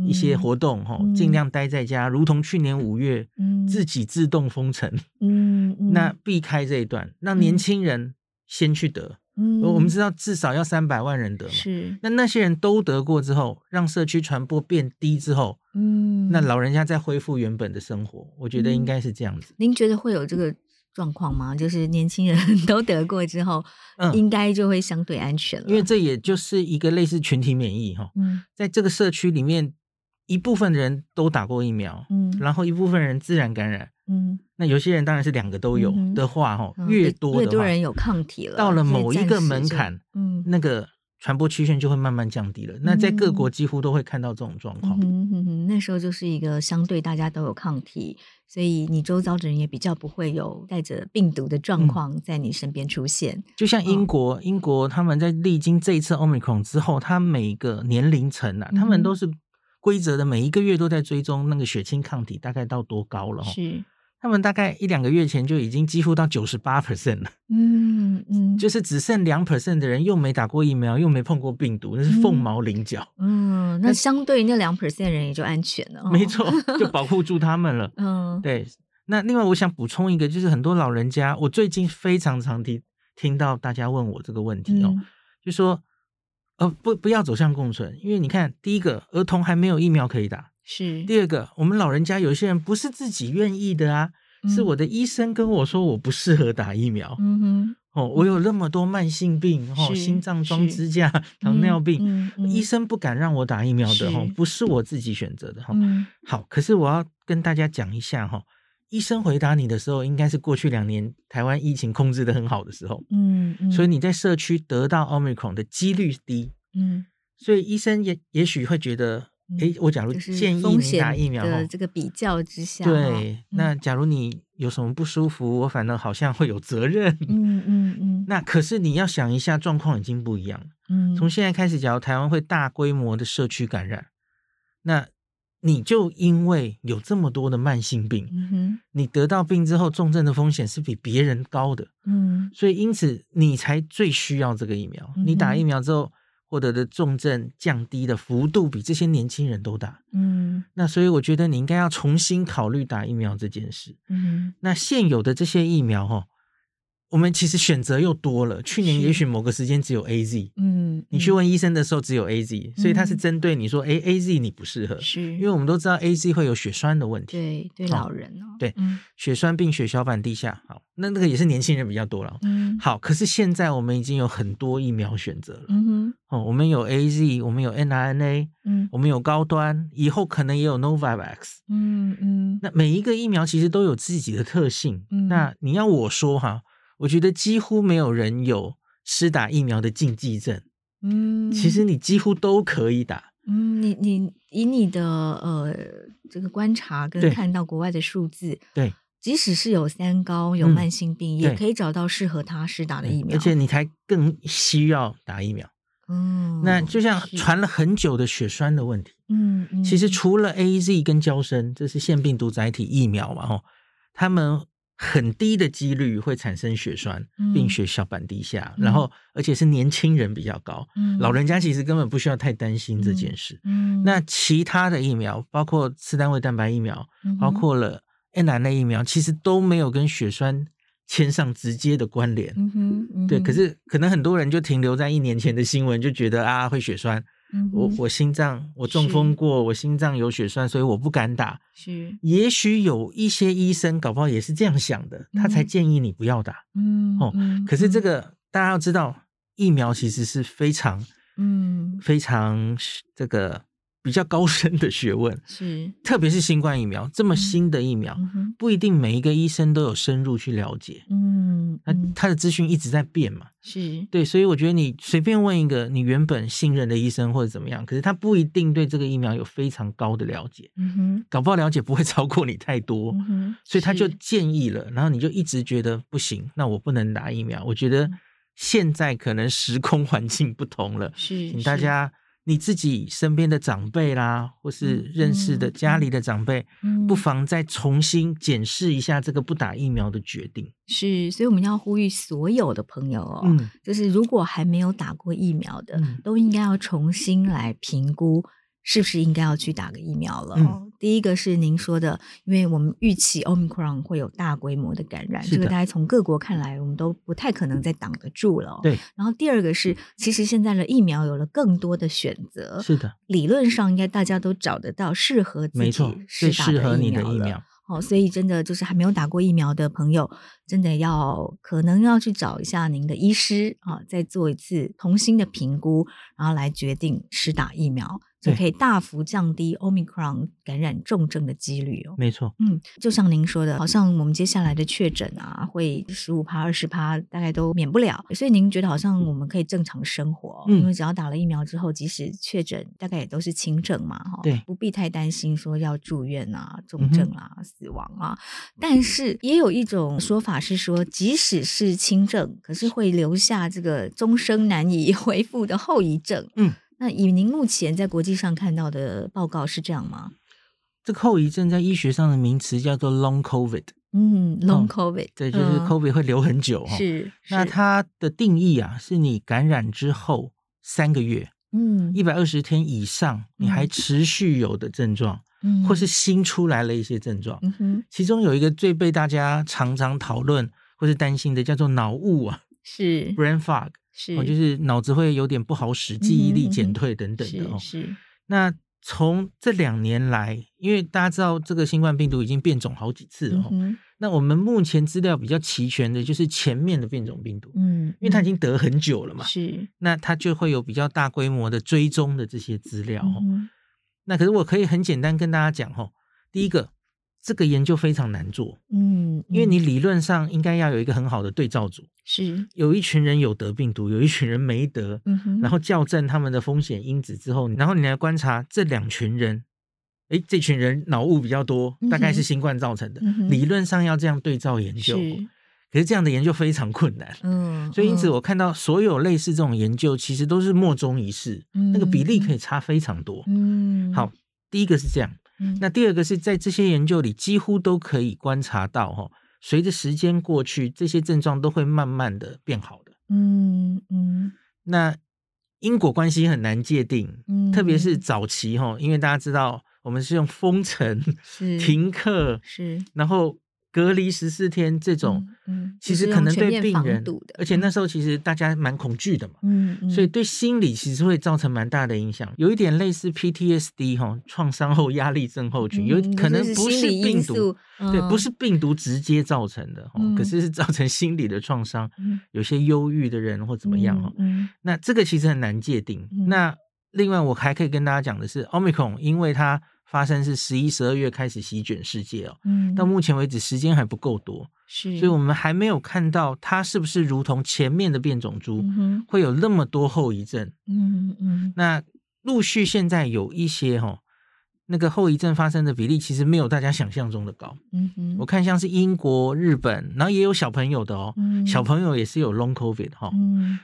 Speaker 2: 一些活动哈，
Speaker 1: 嗯
Speaker 2: 尽量待在家，如同去年五月
Speaker 1: 嗯
Speaker 2: 自己自动封城，
Speaker 1: 嗯，嗯
Speaker 2: 那避开这一段，让年
Speaker 1: 嗯
Speaker 2: 轻人先去得。
Speaker 1: 嗯
Speaker 2: 我们知道至少要三百万人得嘛，
Speaker 1: 是
Speaker 2: 那那些人都得过之后，让社区传播变低之后，
Speaker 1: 嗯，
Speaker 2: 那老人家再恢复原本的生活，我觉得应该是这样子。
Speaker 1: 您觉得会有这个状况吗？就是年轻人 都得过之后，
Speaker 2: 嗯
Speaker 1: 应该就会相对啊安全了，
Speaker 2: 因为这也就是一个类似群体免疫哈，
Speaker 1: 嗯
Speaker 2: 在这个社区里面，一部分人都打过疫苗，
Speaker 1: 嗯
Speaker 2: 然后一部分人自然感染，
Speaker 1: 嗯
Speaker 2: 那有些人当然是两个都有
Speaker 1: 嗯哼
Speaker 2: 的话，哈、
Speaker 1: 嗯
Speaker 2: 越
Speaker 1: 越
Speaker 2: 多的
Speaker 1: 越多
Speaker 2: 话
Speaker 1: 人有抗体了，
Speaker 2: 到了
Speaker 1: 所以
Speaker 2: 某一
Speaker 1: 暂
Speaker 2: 个
Speaker 1: 时
Speaker 2: 门
Speaker 1: 就
Speaker 2: 槛，
Speaker 1: 嗯
Speaker 2: 那个传播曲线就会慢慢降低了。那在各国几乎都会看到这种状
Speaker 1: 嗯
Speaker 2: 况。
Speaker 1: 哼嗯哼，那时候就是一个相对大家都有抗体，所以你周遭的人也比较不会有带着病毒的
Speaker 2: 嗯
Speaker 1: 状况在你身边出现。
Speaker 2: 就像
Speaker 1: 哦
Speaker 2: 英国，英国他们在历经这一次 Omicron 之后，他每个年龄层啊，他
Speaker 1: 嗯
Speaker 2: 们
Speaker 1: 哼
Speaker 2: 都是规则的，每一个月都在追踪那个血清抗体大概到多高了、哦。
Speaker 1: 是，
Speaker 2: 他们大概一两个月前就已经几乎到九十八 percent 了，
Speaker 1: 嗯嗯，
Speaker 2: 就是只剩两 percent 的人又没打过疫苗，又没碰过病毒，那是凤毛麟角。
Speaker 1: 嗯，那相对那两 percent 人也就安全了、哦。
Speaker 2: 没，错，就保护住他们 了。
Speaker 1: 嗯，
Speaker 2: 对，那另外我想补充一个，就是很多老人家，我最近非常常听听到大家问我这个问题哦，
Speaker 1: 嗯
Speaker 2: 就说，呃，不不要走向共存，因为你看，第一个儿童还没有疫苗可以打，
Speaker 1: 是，
Speaker 2: 第二个我们老人家有些人不是自己愿意的啊，是
Speaker 1: 嗯
Speaker 2: 我的医生跟我说我不适合打疫苗、
Speaker 1: 嗯
Speaker 2: 哦，我有那么多慢性病哦，
Speaker 1: 是
Speaker 2: 心脏装
Speaker 1: 是
Speaker 2: 支架、糖
Speaker 1: 嗯
Speaker 2: 尿病。
Speaker 1: 嗯嗯
Speaker 2: 医生不敢让我打疫苗的哦
Speaker 1: 是，
Speaker 2: 不是我自己选择的哈、
Speaker 1: 哼，嗯
Speaker 2: 好，可是我要跟大家讲一下哈，医生回答你的时候，应该是过去两年台湾疫情控制的很好的时候，
Speaker 1: 嗯嗯，
Speaker 2: 所以
Speaker 1: 以，
Speaker 2: 你在社区得到 omicron 的几率低，
Speaker 1: 嗯，
Speaker 2: 所以医生也也许会觉得，诶，我假如
Speaker 1: 就是
Speaker 2: 建议
Speaker 1: 风
Speaker 2: 你
Speaker 1: 险
Speaker 2: 打疫苗
Speaker 1: 的
Speaker 2: 齁，
Speaker 1: 这个比较之下，
Speaker 2: 对，
Speaker 1: 哦
Speaker 2: 那假如你有什么不舒服，我反而好像会有责任。
Speaker 1: 嗯嗯嗯，
Speaker 2: 那可是你要想一下，状况已经不一样了。
Speaker 1: 嗯
Speaker 2: 从现在开始，假如台湾会大规模的社区感染，那你就因为有这么多的慢性病，
Speaker 1: 嗯哼
Speaker 2: 你得到病之后重症的风险是比别人高的，
Speaker 1: 嗯
Speaker 2: 所以因此你才最需要这个疫苗。
Speaker 1: 嗯哼
Speaker 2: 你打疫苗之后获得的重症降低的幅度比这些年轻人都大，
Speaker 1: 嗯
Speaker 2: 那所以我觉得你应该要重新考虑打疫苗这件事。
Speaker 1: 嗯
Speaker 2: 那现有的这些疫苗哦，我们其实选择又多了。去年
Speaker 1: 是
Speaker 2: 也许某个时间只有 A Z，
Speaker 1: 嗯，
Speaker 2: 你去
Speaker 1: 嗯
Speaker 2: 问医生的时候只有 A Z，所以他是
Speaker 1: 嗯
Speaker 2: 针对你说，哎，A Z 你不适合，
Speaker 1: 是，
Speaker 2: 因为我们都知道 A Z 会有血栓的问题，
Speaker 1: 对对
Speaker 2: 好
Speaker 1: 老人哦，
Speaker 2: 对
Speaker 1: 嗯
Speaker 2: 血栓病、血小板低下，好，那那个也是年轻人比较多了。
Speaker 1: 嗯
Speaker 2: 好，可是现在我们已经有很多疫苗选择了，
Speaker 1: 嗯哼
Speaker 2: 哦，我们有 A Z，我们有 n r n a
Speaker 1: 嗯
Speaker 2: 我们有高端，以后可能也有 Novavax。
Speaker 1: 嗯嗯
Speaker 2: 那每一个疫苗其实都有自己的特性。
Speaker 1: 嗯
Speaker 2: 那你要我说哈，我觉得几乎没有人有施打疫苗的禁忌症。
Speaker 1: 嗯，
Speaker 2: 其实你几乎都可以打。
Speaker 1: 嗯，你你以你的呃这个观察跟
Speaker 2: 对
Speaker 1: 看到国外的数字，
Speaker 2: 对，
Speaker 1: 即使是有三高、有
Speaker 2: 嗯
Speaker 1: 慢性病，也
Speaker 2: 对
Speaker 1: 可以找到适合他施打的疫苗。
Speaker 2: 而且，你才更需要打疫苗。
Speaker 1: 嗯，
Speaker 2: 那就像
Speaker 1: 是
Speaker 2: 传了很久的血栓的问题，
Speaker 1: 嗯，嗯
Speaker 2: 其实除了 A Z 跟胶生，这是腺病毒载体疫苗嘛，哦，他们。很低的几率会产生血栓
Speaker 1: 嗯、
Speaker 2: 并血小板低下，
Speaker 1: 嗯
Speaker 2: 然后而且是年轻人比较高，
Speaker 1: 嗯
Speaker 2: 老人家其实根本不需要太担心这件事。
Speaker 1: 嗯，
Speaker 2: 那其他的疫苗，包括次单位蛋白疫苗，
Speaker 1: 嗯
Speaker 2: 包
Speaker 1: 哼
Speaker 2: 括了 N 奶类疫苗，其实都没有跟血栓牵上直接的关联。
Speaker 1: 嗯哼，嗯
Speaker 2: 对，
Speaker 1: 哼
Speaker 2: 可是可能很多人就停留在一年前的新闻，就觉得啊会血栓，
Speaker 1: 嗯
Speaker 2: 我
Speaker 1: 哼
Speaker 2: 我心脏我
Speaker 1: 是
Speaker 2: 中风过，我心脏有血栓，所以我不敢打。
Speaker 1: 是
Speaker 2: 也许有一些医生搞不好也是这样想的，他才
Speaker 1: 嗯
Speaker 2: 建议你不要打。
Speaker 1: 嗯
Speaker 2: 哦
Speaker 1: 嗯
Speaker 2: 可是
Speaker 1: 嗯
Speaker 2: 这个大家要知道，疫苗其实是非常
Speaker 1: 嗯
Speaker 2: 非常这个比较高深的学问，
Speaker 1: 是
Speaker 2: 特别是新冠疫苗这么新的疫苗，
Speaker 1: 嗯哼
Speaker 2: 不一定每一个医生都有深入去了解。
Speaker 1: 嗯
Speaker 2: 那
Speaker 1: 嗯
Speaker 2: 他的资讯一直在变嘛，
Speaker 1: 是
Speaker 2: 对，所以我觉得你随便问一个你原本信任的医生或者怎么样，可是他不一定对这个疫苗有非常高的了解，
Speaker 1: 嗯哼
Speaker 2: 搞不好了解不会 超过你太多，
Speaker 1: 嗯哼，
Speaker 2: 所以他就是建议了，然后你就一直觉得不行，那我不能打疫苗。我觉
Speaker 1: 嗯
Speaker 2: 得现在可能时空 环境不 同了，
Speaker 1: 是
Speaker 2: 请大
Speaker 1: 是
Speaker 2: 家你自己身边的长辈啦，或是
Speaker 1: 嗯
Speaker 2: 认识的
Speaker 1: 嗯
Speaker 2: 家里的长辈，
Speaker 1: 嗯
Speaker 2: 不妨再重新检视一下这个不打疫苗的决定。
Speaker 1: 是，所以我们要呼吁所有的朋友哦，
Speaker 2: 嗯，
Speaker 1: 就是如果还没有打过疫苗的，
Speaker 2: 嗯
Speaker 1: 都应该要重新来评估。是不是应该要去打个疫苗了、哦？
Speaker 2: 嗯
Speaker 1: 第一个是您说的，因为我们预期 Omicron 会有大规模的感染，
Speaker 2: 是
Speaker 1: 这个
Speaker 2: 的
Speaker 1: 大家从各国看来，我们都不太可能再挡得住了、哦。
Speaker 2: 对，
Speaker 1: 然后第二个是，其实现在的疫苗有了更多的选择，
Speaker 2: 是的，
Speaker 1: 理论上应该大家都找得到适合自
Speaker 2: 没
Speaker 1: 己
Speaker 2: 错，最
Speaker 1: 施打
Speaker 2: 适合你的
Speaker 1: 疫
Speaker 2: 疫
Speaker 1: 了
Speaker 2: 苗。
Speaker 1: 哦，所以真的就是还没有打过疫苗的朋友，真的要可能要去找一下您的医师啊、再做一次重新的评估，然后来决定施打疫苗，就
Speaker 2: 对
Speaker 1: 可以大幅降低 Omicron 感染重症的几率哦。
Speaker 2: 没错，
Speaker 1: 嗯，就像您说的，好像我们接下来的确诊啊，会十五趴、二十趴，大概都免不了。所以您觉得好像我们可以正常生活，
Speaker 2: 嗯
Speaker 1: 因为只要打了疫苗之后，即使确诊，大概也都是轻症嘛，哈，
Speaker 2: 对嗯
Speaker 1: 不必太担心说要住院啊、重症啊、死亡啊。但是也有一种说法是说，即使是轻症，可是会留下这个终生难以 恢复的后遗症。
Speaker 2: 嗯。
Speaker 1: 那以您目前在国际上看到的报告是这样吗？
Speaker 2: 这个后遗症在医学上的名词叫做 long COVID，
Speaker 1: 嗯，long
Speaker 2: 哦
Speaker 1: covid，、
Speaker 2: 对，就是
Speaker 1: 嗯
Speaker 2: COVID 会留很久哦。
Speaker 1: 是，
Speaker 2: 那
Speaker 1: 是
Speaker 2: 它的定义啊，是你感染之后三个月、
Speaker 1: 嗯
Speaker 2: 一百二十天以上，你还
Speaker 1: 嗯
Speaker 2: 持续有的症状，
Speaker 1: 嗯
Speaker 2: 或是新出来了一些症状。
Speaker 1: 嗯哼
Speaker 2: 其中有一个最被大家常常讨论或是担心的，叫做脑雾啊
Speaker 1: 是
Speaker 2: （brain fog），
Speaker 1: 是
Speaker 2: 哦，就是脑子会有点不好使、记忆
Speaker 1: 嗯
Speaker 2: 力
Speaker 1: 哼
Speaker 2: 减退等等的哦。
Speaker 1: 是是
Speaker 2: 那从这两年来，因为大家知道这个新冠病毒已经变种好几次了
Speaker 1: 嗯
Speaker 2: 哦，
Speaker 1: 哼
Speaker 2: 那我们目前资料比较齐全的就是前面的变种病毒，
Speaker 1: 嗯，因
Speaker 2: 因为它已经得很久了嘛，
Speaker 1: 是嗯
Speaker 2: 那它就会有比较大规模的追踪的这些资料哦。
Speaker 1: 嗯哼
Speaker 2: 那可是我可以很简单跟大家讲哦，第一个，这个研究非常难做，
Speaker 1: 嗯，
Speaker 2: 因为
Speaker 1: 嗯
Speaker 2: 你理论上应该要有一个很好的对照组，
Speaker 1: 是
Speaker 2: 有一群人有得病毒，有一群人没得，
Speaker 1: 嗯哼，
Speaker 2: 然后校正他们的风险因子之后，然后你来观察这两群人，诶，这群人脑雾比较多
Speaker 1: 嗯哼，
Speaker 2: 大概是新冠造成的，
Speaker 1: 嗯哼
Speaker 2: 理论上要这样对照研究，哦
Speaker 1: 是
Speaker 2: 可是这样的研究非常困难。
Speaker 1: 嗯，
Speaker 2: 所以，因此
Speaker 1: 嗯
Speaker 2: 我看到所有类似这种研究，其实都是莫衷一是，那个比例可以差非常多。
Speaker 1: 嗯
Speaker 2: 好，第一个是这样，
Speaker 1: 嗯
Speaker 2: 那第二个是在这些研究里，几乎都可以观察到，哈，随着时间过去，这些症状都会慢慢的变好的。
Speaker 1: 嗯嗯
Speaker 2: 那因果关系很难界定，
Speaker 1: 嗯，
Speaker 2: 特别是早期， 哈，因为大家知道我们是用封城、
Speaker 1: 是
Speaker 2: 停课，
Speaker 1: 是
Speaker 2: 然后隔离十四天这种，
Speaker 1: 嗯嗯
Speaker 2: 其
Speaker 1: 就是
Speaker 2: 实可
Speaker 1: 用
Speaker 2: 能
Speaker 1: 全
Speaker 2: 对
Speaker 1: 面
Speaker 2: 病
Speaker 1: 防
Speaker 2: 人
Speaker 1: 堵的，
Speaker 2: 而且那时候其实大家蛮恐惧的嘛，
Speaker 1: 嗯，嗯
Speaker 2: 所以对心理其实会造成蛮大的影响，有一点类似 PTSD 哈、创伤后压力症候群，有
Speaker 1: 嗯
Speaker 2: 可能
Speaker 1: 就是
Speaker 2: 不
Speaker 1: 心
Speaker 2: 是
Speaker 1: 理
Speaker 2: 病
Speaker 1: 因
Speaker 2: 毒
Speaker 1: 素，，
Speaker 2: 对，不
Speaker 1: 嗯
Speaker 2: 是病毒直接造成的，哦
Speaker 1: 嗯
Speaker 2: 可是是造成心理的创伤，
Speaker 1: 嗯
Speaker 2: 有些忧郁的人或怎么样哈、哦
Speaker 1: 嗯嗯
Speaker 2: 那这个其实很难界定。
Speaker 1: 嗯
Speaker 2: 那另外我还可以跟大家讲的是，Omicron 因为它发生是十一、十二月开始席卷世界哦，
Speaker 1: 嗯，
Speaker 2: 到目前为止时间还不够多，
Speaker 1: 是，
Speaker 2: 所以我们还没有看到它是不是如同前面的变种株
Speaker 1: 嗯哼
Speaker 2: 会有那么多后遗症。
Speaker 1: 嗯嗯
Speaker 2: 那陆续现在有一些哈、哦，那个后遗症发生的比例其实没有大家想象中的高。
Speaker 1: 嗯哼，
Speaker 2: 我看像是英国、日本，然后也有小朋友的哦，
Speaker 1: 嗯
Speaker 2: 小朋友也是有 long covid 哈、
Speaker 1: 嗯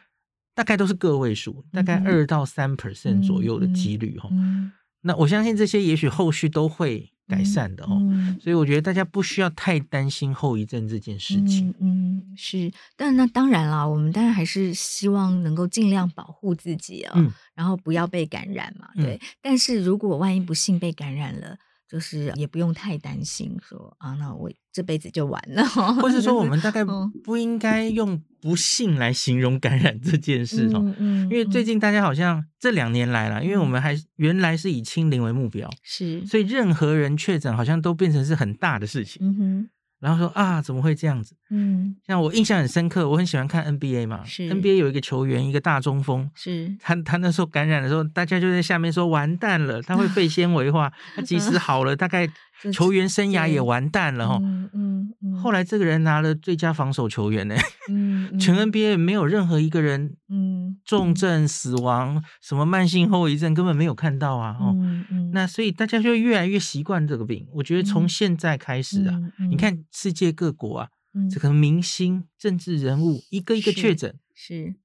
Speaker 2: 大概都是个位数，大概
Speaker 1: 嗯哼
Speaker 2: 二到三 percent 左右的几率哈、
Speaker 1: 嗯
Speaker 2: 那我相信这些也许后续都会改善的哦，
Speaker 1: 嗯
Speaker 2: 所以我觉得大家不需要太担心后遗症这件事情。
Speaker 1: 嗯，嗯是，但那当然啦，我们当然还是希望能够尽量保护自己啊、
Speaker 2: 嗯
Speaker 1: 然后不要被感染嘛，
Speaker 2: 嗯
Speaker 1: 对。但是如果万一不幸被感染了，就是也不用太担心说啊，那我这辈子就完了，
Speaker 2: 或是 说，我们大概
Speaker 1: 嗯
Speaker 2: 不应该用不幸来形容感染这件事哦，
Speaker 1: 嗯嗯
Speaker 2: 因为最
Speaker 1: 嗯
Speaker 2: 近大家好像这两年来了，因为我们还原来是以清零为目标，
Speaker 1: 是，
Speaker 2: 所以任何人确诊好像都变成是很大的事情。
Speaker 1: 嗯哼，
Speaker 2: 然后说啊，怎么会这样子？
Speaker 1: 嗯
Speaker 2: 像我印象很深刻，我很喜欢看 NBA 嘛
Speaker 1: 是
Speaker 2: ，NBA 有一个球员，一个大中锋，
Speaker 1: 是，
Speaker 2: 他他那时候感染的时候，大家就在下面说完蛋了，他会 肺纤维化，他即使好了，大概
Speaker 1: 这
Speaker 2: 球员生涯也
Speaker 1: 嗯对
Speaker 2: 完蛋了哈。
Speaker 1: 嗯嗯嗯，
Speaker 2: 后来这个人拿了最佳防守球员呢、
Speaker 1: 嗯嗯
Speaker 2: 全 NBA 没有任何一个人
Speaker 1: 嗯
Speaker 2: 重症死亡、什么慢性后遗症根本没有看到啊。哦，
Speaker 1: 嗯嗯
Speaker 2: 那所以大家就越来越习惯这个病。我觉得从
Speaker 1: 嗯
Speaker 2: 现在开始啊，
Speaker 1: 嗯嗯
Speaker 2: 你看世界各国啊，
Speaker 1: 嗯
Speaker 2: 这个明星、政治人物一个一个
Speaker 1: 是
Speaker 2: 确诊。
Speaker 1: 是，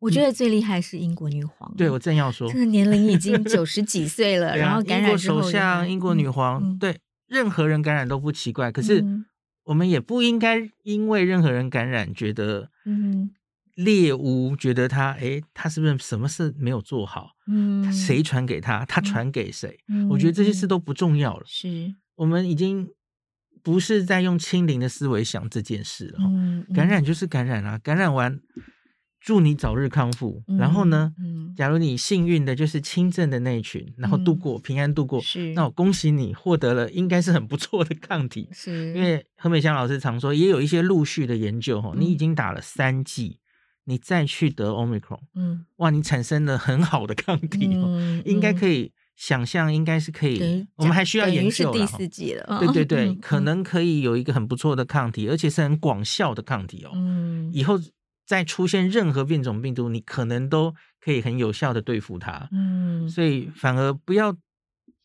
Speaker 1: 我觉得最厉害是英国女皇，
Speaker 2: 嗯对我正要说，
Speaker 1: 这个年龄已经九十 几岁了，
Speaker 2: 对啊
Speaker 1: 然后感
Speaker 2: 英
Speaker 1: 染
Speaker 2: 国
Speaker 1: 之后
Speaker 2: 首
Speaker 1: 也还，
Speaker 2: 相、英国女皇，
Speaker 1: 嗯
Speaker 2: 对任何人感染都不奇怪。可是
Speaker 1: 嗯
Speaker 2: 我们也不应该因为任何人感染觉得
Speaker 1: 嗯
Speaker 2: 猎巫，觉得他诶，他是不是什么事没有做好？他
Speaker 1: 嗯，
Speaker 2: 谁传给他？他传给谁？
Speaker 1: 嗯？
Speaker 2: 我觉得这些事
Speaker 1: 嗯
Speaker 2: 都不重要了。
Speaker 1: 是，
Speaker 2: 我们已经不是在用清零的思维想这件事了。
Speaker 1: 嗯，
Speaker 2: 哦
Speaker 1: 嗯
Speaker 2: 感染就是感染啊，感染完，祝你早日康复。然后呢，
Speaker 1: 嗯嗯
Speaker 2: 假如你幸运的就是轻症的那一群，然后度
Speaker 1: 嗯
Speaker 2: 过、平安度过，
Speaker 1: 是
Speaker 2: 那我恭喜你获得了应该是很不错的 抗体。
Speaker 1: 是，
Speaker 2: 因为何美香老师常说，也有一些陆续的研究哈，
Speaker 1: 嗯
Speaker 2: 你已经打了三剂，你再去得 omicron，
Speaker 1: 嗯
Speaker 2: 哇，你产生了很好的抗体哦，
Speaker 1: 嗯
Speaker 2: 应该可
Speaker 1: 以，
Speaker 2: 以想象，应该是可
Speaker 1: 等于
Speaker 2: 以，我们
Speaker 1: 讲
Speaker 2: 还需要
Speaker 1: 等于
Speaker 2: 研
Speaker 1: 是
Speaker 2: 究
Speaker 1: 第
Speaker 2: 了哈。
Speaker 1: 四季了，
Speaker 2: 对对
Speaker 1: 嗯
Speaker 2: 对，
Speaker 1: 嗯
Speaker 2: 可能可以有一个很不错的抗体，而且是很广效的抗体哦。
Speaker 1: 嗯
Speaker 2: 以后再出现任何变种病毒，你可能都可以很有效的对付它。
Speaker 1: 嗯
Speaker 2: 所以反而不要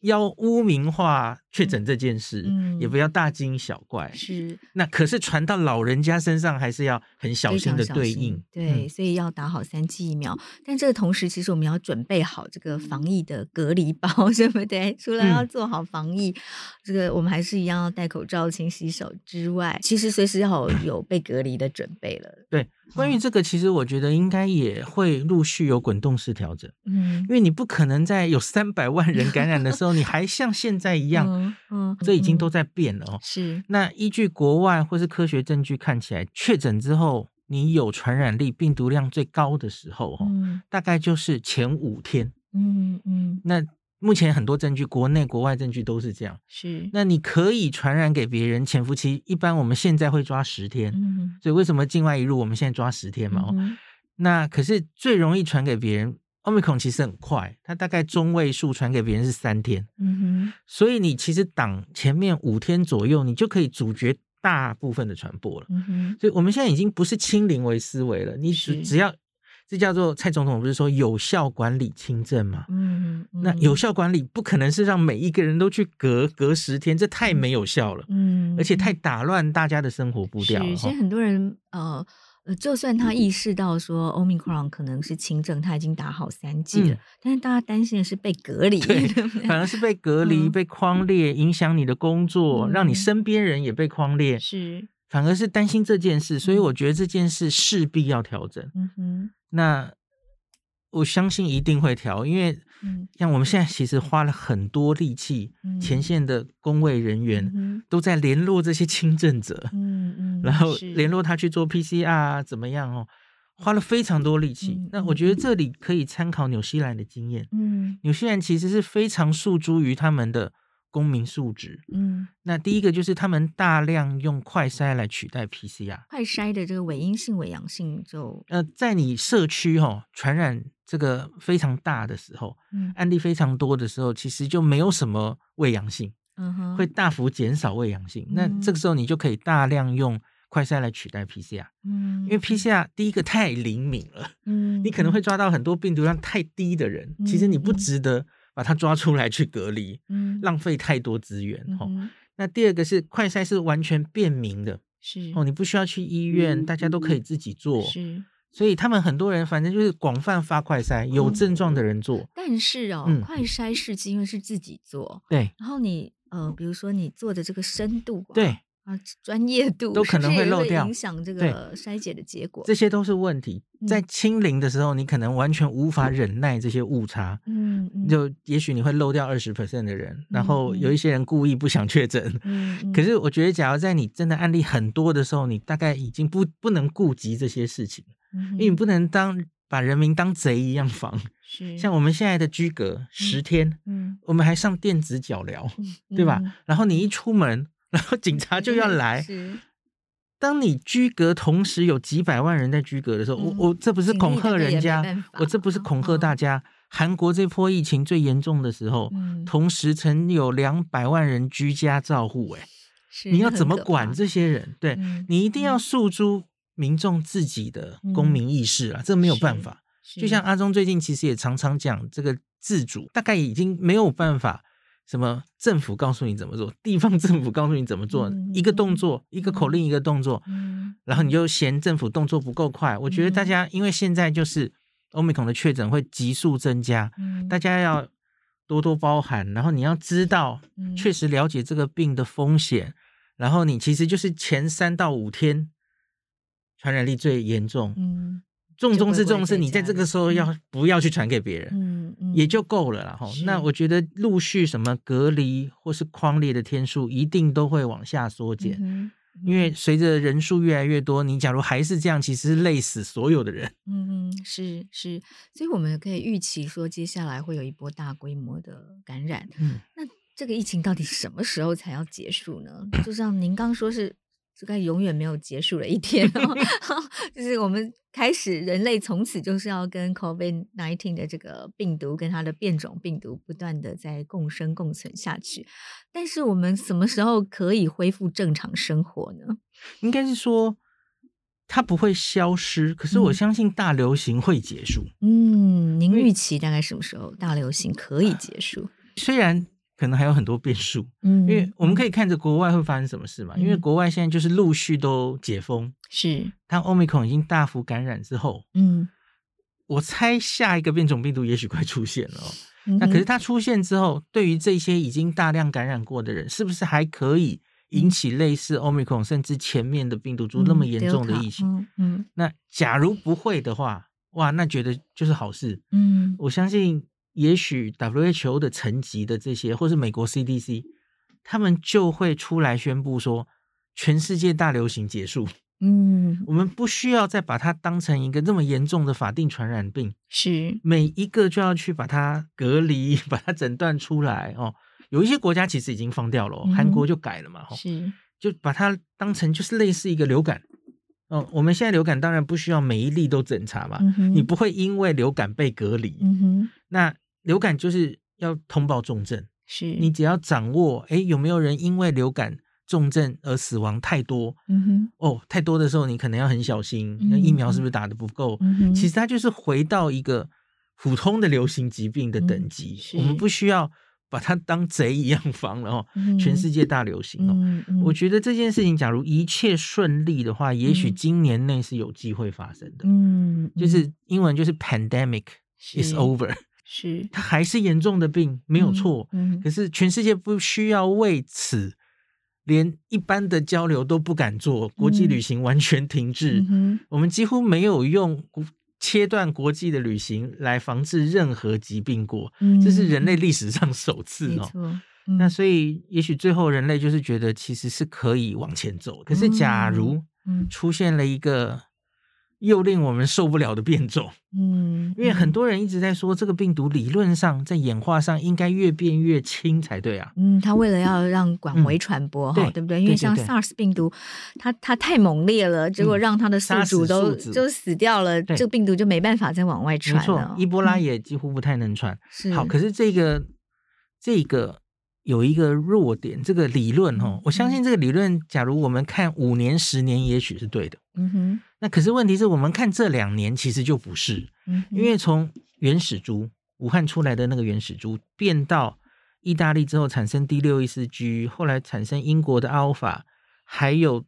Speaker 2: 要污名化确诊这件事，
Speaker 1: 嗯
Speaker 2: 也不要大惊小怪。
Speaker 1: 是
Speaker 2: 那可是传到老人家身上，还是要很小
Speaker 1: 非
Speaker 2: 心
Speaker 1: 常
Speaker 2: 的
Speaker 1: 小
Speaker 2: 对
Speaker 1: 心
Speaker 2: 应。
Speaker 1: 对，
Speaker 2: 嗯
Speaker 1: 所以要打好三剂疫苗。但这个同时，其实我们要准备好这个防疫的隔离包， 对不对？除了要
Speaker 2: 嗯
Speaker 1: 做好防疫，这个我们还是一样要戴口罩、勤洗手之外，其实随时要有被隔离的准备了。
Speaker 2: 对，关
Speaker 1: 嗯
Speaker 2: 于这个，其实我觉得应该也会陆续有滚动式调整，
Speaker 1: 嗯
Speaker 2: 因，为你不可能在有三百万人感染的时候，你还像现在一
Speaker 1: 一
Speaker 2: 样，
Speaker 1: 嗯，嗯
Speaker 2: 这已经
Speaker 1: 嗯
Speaker 2: 都在变了哦。
Speaker 1: 是
Speaker 2: 那依据国外或是科学证据看起来，确诊之后你有传染力、病毒量最高的时候，哦，
Speaker 1: 嗯
Speaker 2: 大概就是前五天。
Speaker 1: 嗯嗯
Speaker 2: 那目前很多证据，国内国外证据都是这样。
Speaker 1: 是
Speaker 2: 那你可以传染给别人，潜伏期一般我们现在会抓十天，
Speaker 1: 嗯
Speaker 2: 所以为什么境外一入我们现在抓十天嘛？哦，
Speaker 1: 嗯
Speaker 2: 那可是最容易传给别人。奥密克戎其实很快，它大概中位数传给别人是三天，
Speaker 1: 嗯
Speaker 2: 所以你其实挡前面五天左右，你就可以阻绝大部分的传播了。
Speaker 1: 嗯哼
Speaker 2: 所以我们现在已经不是清零为思维了，你只
Speaker 1: 是
Speaker 2: 只要这叫做蔡总统不是说有效管理轻症嘛？
Speaker 1: 嗯哼
Speaker 2: 那有效管理不可能是让每一个人都去隔隔十天，这太没有效了，
Speaker 1: 嗯，
Speaker 2: 而且
Speaker 1: 嗯
Speaker 2: 太打乱大家的生活步调
Speaker 1: 是，
Speaker 2: 了。
Speaker 1: 现在
Speaker 2: 哈嗯
Speaker 1: 很多人呃呃，就算他意识到说 Omicron 可能是轻症，他已经打好三剂了，
Speaker 2: 嗯
Speaker 1: 但是大家担心的是被隔离，
Speaker 2: 对
Speaker 1: 对不对
Speaker 2: 反而是被隔离、
Speaker 1: 嗯
Speaker 2: 被框列，影响你的工作，
Speaker 1: 嗯
Speaker 2: 让你身边人也被框列，
Speaker 1: 是，
Speaker 2: 反而是担心这件事，所以
Speaker 1: 嗯
Speaker 2: 我觉得这件事势必要调整。
Speaker 1: 嗯哼，
Speaker 2: 那我相信一定会调，因为
Speaker 1: 嗯
Speaker 2: 像我们现在其实花了很多力气，
Speaker 1: 嗯
Speaker 2: 前线的工卫人员、
Speaker 1: 嗯
Speaker 2: 都在联络这些 轻症者，
Speaker 1: 嗯嗯，
Speaker 2: 然后
Speaker 1: 是
Speaker 2: 联络他去做 PCR 啊，怎么样哦，花了非常多力气。
Speaker 1: 嗯
Speaker 2: 那
Speaker 1: 嗯
Speaker 2: 我觉得这里可以参考纽西兰的经验，
Speaker 1: 嗯
Speaker 2: 纽西兰其实是非常诉诸于他们的公民素质。
Speaker 1: 嗯，
Speaker 2: 那第一个就是他们大量用快筛来取代 PCR。
Speaker 1: 快筛的这个伪阴性、伪阳性就
Speaker 2: 呃，在你社区哈、哦、传染这个非常大的时候，
Speaker 1: 嗯
Speaker 2: 案例非常多的时候，其实就没有什么喂阳性，
Speaker 1: 嗯哼
Speaker 2: 会大幅减少喂阳性。那
Speaker 1: 嗯
Speaker 2: 这个时候你就可以大量用快筛来取代 PCR，
Speaker 1: 嗯，
Speaker 2: 因为 PCR 第一个太灵敏了，
Speaker 1: 嗯
Speaker 2: 你可能会
Speaker 1: 嗯
Speaker 2: 抓到很多病毒量太低的人，其实你不
Speaker 1: 嗯嗯
Speaker 2: 值得把它抓出来去隔离，
Speaker 1: 嗯
Speaker 2: 浪费太多资源哦。
Speaker 1: 嗯哼
Speaker 2: 那第二个是快筛是完全便民的
Speaker 1: 是
Speaker 2: 哦，你不需要去医院，大家都可以自己做。
Speaker 1: 嗯是，
Speaker 2: 所以他们很多人反正就是广泛发快筛，有症状的人做。
Speaker 1: 但是哦，
Speaker 2: 嗯
Speaker 1: 快筛试剂因为是自己做，
Speaker 2: 对
Speaker 1: 然后你呃，比如说你做的这个深度、啊，
Speaker 2: 对，
Speaker 1: 啊，专业度
Speaker 2: 都
Speaker 1: 是
Speaker 2: 可
Speaker 1: 不
Speaker 2: 能
Speaker 1: 是
Speaker 2: 会
Speaker 1: 也
Speaker 2: 漏掉
Speaker 1: 影响这
Speaker 2: 对
Speaker 1: 个筛检的结果。
Speaker 2: 这些都是问题。
Speaker 1: 嗯
Speaker 2: 在清零的时候，你可能完全无法忍耐这些误差。
Speaker 1: 嗯嗯，
Speaker 2: 就也许你会漏掉二十 percent 的人，然后
Speaker 1: 嗯
Speaker 2: 有一些人故意不想确诊。
Speaker 1: 嗯，嗯
Speaker 2: 可是我觉得，假如在你真的案例很多的时候，你大概已经不不能顾及这些事情，
Speaker 1: 嗯
Speaker 2: 因为你
Speaker 1: 哼
Speaker 2: 不能当把人民当贼一样防。
Speaker 1: 是
Speaker 2: 像我们现在的居隔十天，
Speaker 1: 嗯
Speaker 2: 我们还上电子脚镣，对吧
Speaker 1: 嗯？
Speaker 2: 然后你一出门，然后警察就要来，
Speaker 1: 是
Speaker 2: 当你居隔同时有几百万人在居隔的时候，
Speaker 1: 嗯
Speaker 2: 我我这不是恐吓
Speaker 1: 警力大概
Speaker 2: 人
Speaker 1: 也没
Speaker 2: 家
Speaker 1: 办法，啊
Speaker 2: 我这不是恐吓大家。韩国这波疫情最严重的时候，
Speaker 1: 嗯
Speaker 2: 同时曾有两百万人居家照护、欸，
Speaker 1: 是，
Speaker 2: 你要
Speaker 1: 很
Speaker 2: 怎么
Speaker 1: 可
Speaker 2: 管
Speaker 1: 怕？
Speaker 2: 这些人？对、
Speaker 1: 嗯嗯
Speaker 2: 你一定要诉诸民众自己的公民意识啊，这没有办法。就是像阿忠最近其实也常常讲，这个自主大概已经没有办法，什么政府告诉你怎么做，地方 政府告诉你怎么做，
Speaker 1: 嗯
Speaker 2: 一个动作，一个口令，一个动作，
Speaker 1: 嗯
Speaker 2: 然后你就嫌政府动作不够快。我觉得大家因为现在就是欧美孔的确诊会急速增加，
Speaker 1: 嗯
Speaker 2: 大家要多多包涵，然后你要知道，
Speaker 1: 嗯
Speaker 2: 确实了解这个病的风险，然后你其实就是前三到五天传染力最严重，
Speaker 1: 嗯
Speaker 2: 重
Speaker 1: 就
Speaker 2: 中
Speaker 1: 乖
Speaker 2: 之
Speaker 1: 乖
Speaker 2: 重是
Speaker 1: 在
Speaker 2: 你在
Speaker 1: 家
Speaker 2: 这个
Speaker 1: 里
Speaker 2: 时候要不要去传给别人，
Speaker 1: 嗯嗯
Speaker 2: 也就够了啦。哈，
Speaker 1: 是
Speaker 2: 那我觉得陆续什么隔离或是框列的天数一定都会往下缩减，
Speaker 1: 嗯哼
Speaker 2: 因为随着人数越来越多，你假如还是这样，其实累死所有的人。
Speaker 1: 嗯哼，是是，所以我们可以预期说，接下来会有一波大规模的感染。
Speaker 2: 嗯，
Speaker 1: 那这个疫情到底什么时候才要结束呢？就像您刚说是，大概永远没有结束的一天 哦，就是我们开始人类从此就是要跟 COVID nineteen 的这个病毒跟它的变种病毒不断的在共生共存下去。但是我们什么时候可以恢复正常生活呢？
Speaker 2: 应该是说它不会消失，可是我
Speaker 1: 嗯
Speaker 2: 相信大流行会结束。
Speaker 1: 嗯，您
Speaker 2: 因为
Speaker 1: 预期大概什么时候大流行可以结束？
Speaker 2: 虽然可能还有很多变数，
Speaker 1: 嗯，
Speaker 2: 因为我们可以看着国外会发生什么事嘛。因为
Speaker 1: 嗯
Speaker 2: 国外现在就是陆续都解封，
Speaker 1: 是，
Speaker 2: 当欧米孔已经大幅感染之后，
Speaker 1: 嗯，
Speaker 2: 我猜下一个变种病毒也许快出现了、哦。
Speaker 1: 嗯
Speaker 2: 那可是
Speaker 1: 哼
Speaker 2: 它出现之后，对于这些已经大量感染过的人，是不是还可以引起类似 Omicron 甚至前面的病毒株那么
Speaker 1: 嗯
Speaker 2: 严重的疫情？
Speaker 1: ，Delta，嗯
Speaker 2: 那假如不会的话，哇，那觉得就是好事。
Speaker 1: 嗯
Speaker 2: 我相信，也许 WHO 的层级的这些，或是美国 CDC，他们就会出来宣布说，全世界大流行结束，
Speaker 1: 嗯嗯，
Speaker 2: 我们不需要再把它当成一个这么严重的法定传染病。
Speaker 1: 是，
Speaker 2: 每一个就要去把它隔离， 把它诊断出来哦。有一些国家其实已经放掉了、哦，
Speaker 1: 嗯
Speaker 2: 韩国就改了嘛，哦，
Speaker 1: 是，
Speaker 2: 就把它当成就是类似一个流感。哦，我们现在流感当然不需要每一例都诊查嘛，
Speaker 1: 嗯哼
Speaker 2: 啊你不会因为流感被隔离。
Speaker 1: 嗯哼，
Speaker 2: 那流感就是要通报重症，
Speaker 1: 是
Speaker 2: 你只要掌握，诶，有没有人因为流感重症而死亡太多？
Speaker 1: 嗯哼，
Speaker 2: 哦，太多的时候你可能要很小心，
Speaker 1: 嗯
Speaker 2: 那疫苗是不是打的不够？
Speaker 1: 嗯哼，
Speaker 2: 其实它就是回到一个普通的流行疾病的等级，
Speaker 1: 嗯
Speaker 2: 我
Speaker 1: 是
Speaker 2: 们不需要把它当贼一样防了哦。全世
Speaker 1: 界，
Speaker 2: 界大流行哦，
Speaker 1: 嗯嗯，
Speaker 2: 我觉得这件事情假如一切顺利的话，也许
Speaker 1: 嗯
Speaker 2: 今年内是有机会发生的。
Speaker 1: 嗯，
Speaker 2: 就
Speaker 1: 嗯
Speaker 2: 是英文就是 pandemic is
Speaker 1: 是
Speaker 2: over，
Speaker 1: 是
Speaker 2: 它还是严重的病，没有
Speaker 1: 嗯
Speaker 2: 错。
Speaker 1: 嗯
Speaker 2: 可是全世界不需要为此。连一般的交流都不敢做，国际
Speaker 1: 嗯
Speaker 2: 旅行完全停滞，
Speaker 1: 嗯哼
Speaker 2: 我们几乎没有用切断国际的旅行来防治任何疾病过，
Speaker 1: 嗯
Speaker 2: 这是人类历史上首次
Speaker 1: 没
Speaker 2: 哦。
Speaker 1: 错，
Speaker 2: 那
Speaker 1: 嗯
Speaker 2: 所以，也许最后人类就是觉得其实是可以往前走，可是假如
Speaker 1: 嗯
Speaker 2: 出现了一个又令我们受不了的变种，
Speaker 1: 嗯，
Speaker 2: 因为很
Speaker 1: 嗯
Speaker 2: 多人一直在说这个病毒理论上在演化上应该越变越轻才对啊。
Speaker 1: 嗯，他为了要让广为
Speaker 2: 嗯
Speaker 1: 传播哈、
Speaker 2: 对
Speaker 1: 对不对？因为
Speaker 2: 对对
Speaker 1: 像
Speaker 2: 对
Speaker 1: SARS 病毒，它它太猛烈了，结果
Speaker 2: 嗯
Speaker 1: 让它的宿
Speaker 2: 杀
Speaker 1: 主
Speaker 2: 死
Speaker 1: 都
Speaker 2: 宿主
Speaker 1: 就死掉了，
Speaker 2: 对
Speaker 1: 这个病毒就没办法再往外
Speaker 2: 没
Speaker 1: 传哦嗯
Speaker 2: 错
Speaker 1: 了，。
Speaker 2: 伊波拉也几乎不太能传。
Speaker 1: 是
Speaker 2: 好，可是这个这个有一个弱点，这个理论
Speaker 1: 嗯
Speaker 2: 哦，我相信这个理论，假如我们看五年、十年，也许是对的。
Speaker 1: 嗯哼，
Speaker 2: 那可是问题是我们看这两年，其实就不是，
Speaker 1: 嗯哼
Speaker 2: 因为从原始株武汉出来的那个原始株变到意大利之后产生 D 六一四 G，后来产生英国的阿尔法，还有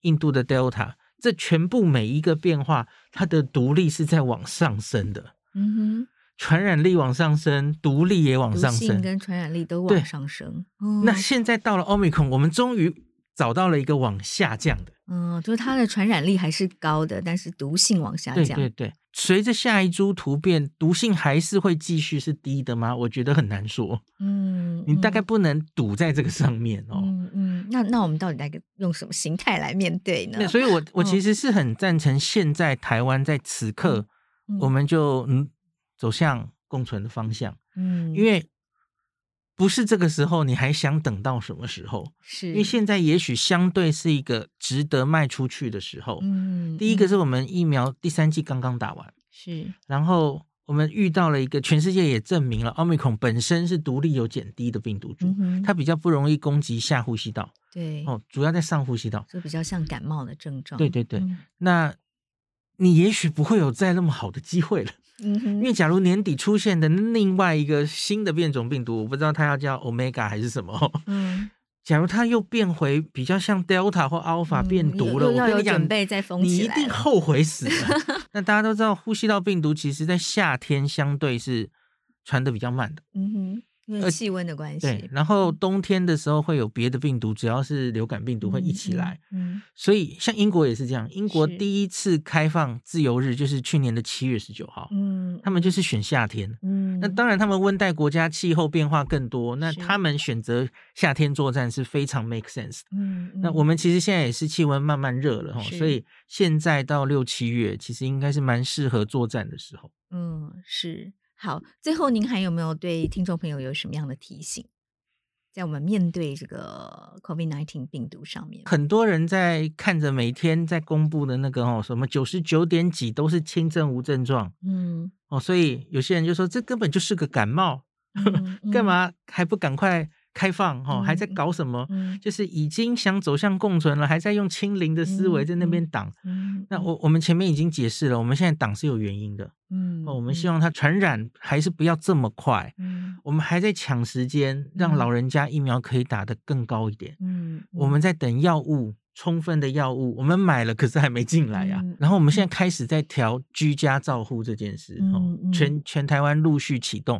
Speaker 2: 印度的 Delta，这全部每一个变化，它的毒力是在往上升的。
Speaker 1: 嗯
Speaker 2: 传染力往上升，毒力也
Speaker 1: 哼，
Speaker 2: 往
Speaker 1: 毒
Speaker 2: 上
Speaker 1: 性
Speaker 2: 升。
Speaker 1: 跟传染力都
Speaker 2: 对
Speaker 1: 往上升。嗯，
Speaker 2: 那现在到了 Omicron，我们终于找到了一个往下降的。
Speaker 1: 嗯，就是它的传染力还是高的，但是毒性往下
Speaker 2: 对
Speaker 1: 降。
Speaker 2: 对对，随着下一株突变，毒性还是会继续是低的吗？我觉得很难说，
Speaker 1: 嗯，
Speaker 2: 你大概
Speaker 1: 嗯
Speaker 2: 不能赌在这个上面哦。
Speaker 1: 嗯嗯，那那我们到底大概用什么心态来面对呢？
Speaker 2: 那所以 我，
Speaker 1: 嗯
Speaker 2: 我其实是很赞成现在台湾在此刻，
Speaker 1: 嗯
Speaker 2: 我们就嗯走向共存的方向，
Speaker 1: 嗯，
Speaker 2: 因为不是这个时候，你还想等到什么时候？
Speaker 1: 是
Speaker 2: 因为现在也许相对是一个值得卖出去的时候。
Speaker 1: 嗯，
Speaker 2: 第一个
Speaker 1: 嗯
Speaker 2: 是我们疫苗第三季刚刚打完，
Speaker 1: 是
Speaker 2: 然后我们遇到了一个全世界也证明了奥密克戎本身是独立有减低的病毒株
Speaker 1: 嗯，哼
Speaker 2: 它比较不容易攻击下呼吸道，
Speaker 1: 对
Speaker 2: 哦，主要在上呼吸道。
Speaker 1: 就比较像感冒的症状。
Speaker 2: 对对对，
Speaker 1: 嗯
Speaker 2: 那你也许不会有再那么好的机会了，
Speaker 1: 嗯
Speaker 2: 因
Speaker 1: 哼，
Speaker 2: 为假如年底出现的另外一个新的变种病毒，我不知道它要叫 Omega 还是什么 哦。
Speaker 1: 嗯，
Speaker 2: 假如它又变回比较像 Delta 或 Alpha
Speaker 1: 嗯
Speaker 2: 变毒
Speaker 1: 又
Speaker 2: 了，
Speaker 1: 又要
Speaker 2: 我跟
Speaker 1: 有
Speaker 2: 你讲，
Speaker 1: 准备再封
Speaker 2: 你
Speaker 1: 起
Speaker 2: 一
Speaker 1: 来
Speaker 2: 定
Speaker 1: 了
Speaker 2: 后悔死了。那大家都知道，呼吸道病毒其实在夏天相对是传的比较慢的，
Speaker 1: 嗯哼，因为
Speaker 2: 呃
Speaker 1: 气温的关系，
Speaker 2: 对。然
Speaker 1: 嗯
Speaker 2: 后冬天的时候会有别的病毒，只要是流感病毒会一起来。
Speaker 1: 嗯，嗯，
Speaker 2: 所以像英国也是这样，英国
Speaker 1: 是
Speaker 2: 第一次开放自由日就是去年的七月十九号，
Speaker 1: 嗯
Speaker 2: 他们就是选夏天。
Speaker 1: 嗯，
Speaker 2: 那当然，他们温带国家气候变化更多，那
Speaker 1: 是
Speaker 2: 他们选择夏天作战是非常 make sense 的。
Speaker 1: 嗯，嗯
Speaker 2: 那我们其实现在也是气温慢慢热了哈，
Speaker 1: 是
Speaker 2: 所以现在到六七月，其实应该是蛮适合作战的时候。
Speaker 1: 嗯是好。最后，您还有没有对听众朋友有什么样的提醒？在我们面对这个 COVID nineteen 病毒上面，
Speaker 2: 很多人在看着每天在公布的那个哦，什么九十九点几都是轻症无症状
Speaker 1: 嗯，
Speaker 2: 哦，所以有些人就说这根本就是个感冒，
Speaker 1: 嗯
Speaker 2: 干？嘛还不赶快开放哦？
Speaker 1: 嗯
Speaker 2: 还在搞什么？
Speaker 1: 嗯
Speaker 2: 就是已经想走向共存了，还在用清零的思维在那边挡。
Speaker 1: 嗯，嗯
Speaker 2: 那我我们前面已经解释了，我们现在挡是有原因的
Speaker 1: 嗯，
Speaker 2: 哦，我们希
Speaker 1: 望
Speaker 2: 望它传染还是不要这么快。
Speaker 1: 嗯
Speaker 2: 我们还在抢时间，让
Speaker 1: 嗯
Speaker 2: 老人家疫苗可以打得更高一点。
Speaker 1: 嗯，
Speaker 2: 我们在等药物充分的药物，我们买了，可是还没进来呀、啊
Speaker 1: 嗯
Speaker 2: 然后我们现在开始在调居家照护这件事，哦
Speaker 1: 嗯嗯，
Speaker 2: 全全台湾陆续启动。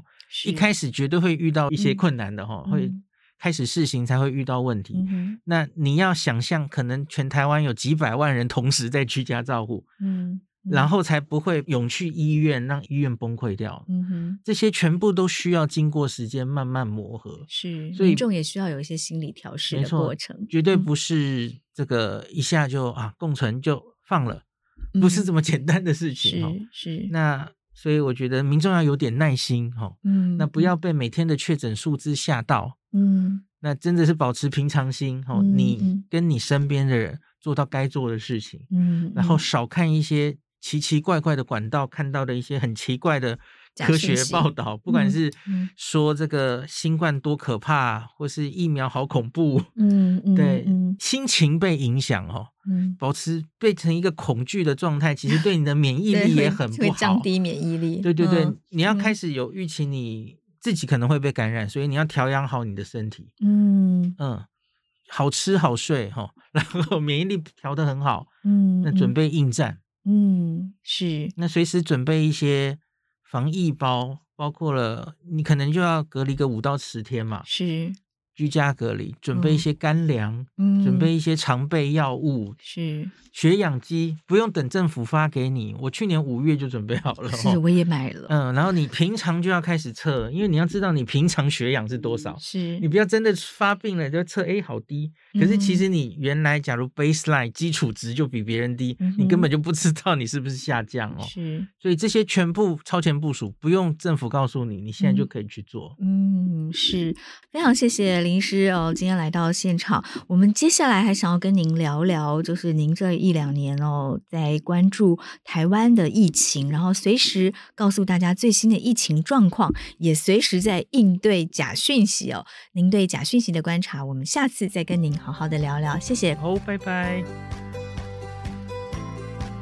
Speaker 1: 是
Speaker 2: 一开始绝对会遇到一些
Speaker 1: 嗯
Speaker 2: 困难的哈、
Speaker 1: 嗯
Speaker 2: 会开始试行才会遇到问题。
Speaker 1: 嗯哼
Speaker 2: 那你要想象，可能全台湾有几百万人同时在居家照护，
Speaker 1: 嗯，嗯
Speaker 2: 然后才不会涌去医院，让医院崩溃掉。
Speaker 1: 嗯哼。
Speaker 2: 这些全部都需要经过时间慢慢磨合，
Speaker 1: 是，
Speaker 2: 所
Speaker 1: 民
Speaker 2: 以
Speaker 1: 众也需要有一些心理调试
Speaker 2: 没
Speaker 1: 的
Speaker 2: 错
Speaker 1: 过程，
Speaker 2: 绝对
Speaker 1: 嗯
Speaker 2: 不是这个一下就啊共存就放了，不是
Speaker 1: 嗯
Speaker 2: 这么简单的事情哦。
Speaker 1: 是是，
Speaker 2: 那所以我觉得民众要有点耐心哦，
Speaker 1: 嗯，
Speaker 2: 那不要被每天的确诊数字吓到，
Speaker 1: 嗯
Speaker 2: 那真的是保持平常心哦。
Speaker 1: 嗯
Speaker 2: 你
Speaker 1: 嗯
Speaker 2: 跟你身边的人做到该做的事情，
Speaker 1: 嗯，
Speaker 2: 然后
Speaker 1: 嗯
Speaker 2: 少看一些奇奇怪怪的管道看到的一些很奇怪的
Speaker 1: 假
Speaker 2: 科
Speaker 1: 讯
Speaker 2: 学
Speaker 1: 息
Speaker 2: 报道，不管
Speaker 1: 嗯
Speaker 2: 是
Speaker 1: 嗯
Speaker 2: 说这个新冠多可怕，或是疫苗好恐怖，
Speaker 1: 嗯嗯
Speaker 2: 对
Speaker 1: 嗯，
Speaker 2: 心情被影响哦，
Speaker 1: 嗯，
Speaker 2: 保持变成一个恐惧的状态，其实对你的免疫
Speaker 1: 对
Speaker 2: 力也
Speaker 1: 会
Speaker 2: 很
Speaker 1: 会
Speaker 2: 不好
Speaker 1: 降。低免疫力，
Speaker 2: 对对对
Speaker 1: 嗯，
Speaker 2: 你要
Speaker 1: 嗯
Speaker 2: 开始有预期你自己可能会被感染，所以你要调养好你的身体。
Speaker 1: 嗯
Speaker 2: 嗯，好吃好睡哈、哦，然后免疫力调得很好，
Speaker 1: 嗯，
Speaker 2: 那准
Speaker 1: 嗯
Speaker 2: 备应战。
Speaker 1: 嗯是
Speaker 2: 那随时准备一些防疫包，包括了你可能就要隔离个五到十天嘛，
Speaker 1: 是
Speaker 2: 居家隔离，准备一些干粮，
Speaker 1: 嗯
Speaker 2: 准备一些常备药物，
Speaker 1: 是
Speaker 2: 血氧机不用等政府发给你，我去年五月就准备好了、
Speaker 1: 是，
Speaker 2: 哦。
Speaker 1: 我也买了，
Speaker 2: 嗯，然后你平常就要开始测，因为你要知道你平常血氧是多少，
Speaker 1: 是
Speaker 2: 你不要真的发病了就测，哎，好低。可是
Speaker 1: 嗯
Speaker 2: 其实你原来假如 baseline 基础值就比别人低，
Speaker 1: 嗯哼
Speaker 2: 你根本就不知道你是不是下降哦。
Speaker 1: 是，
Speaker 2: 所以这些全部超前部署，不用政府告诉你，你现在就
Speaker 1: 嗯
Speaker 2: 可以去做。
Speaker 1: 嗯，是非常谢谢林医师哦，今天来到现场，我们接下来还想要跟您聊聊，就是您这一两年哦，在关注台湾的疫情，然后随时告诉大家最新的疫情状况，也随时在应对假讯息哦。您对假讯息的观察，我们下次再跟您好好的聊聊，谢谢。
Speaker 2: 好，拜拜。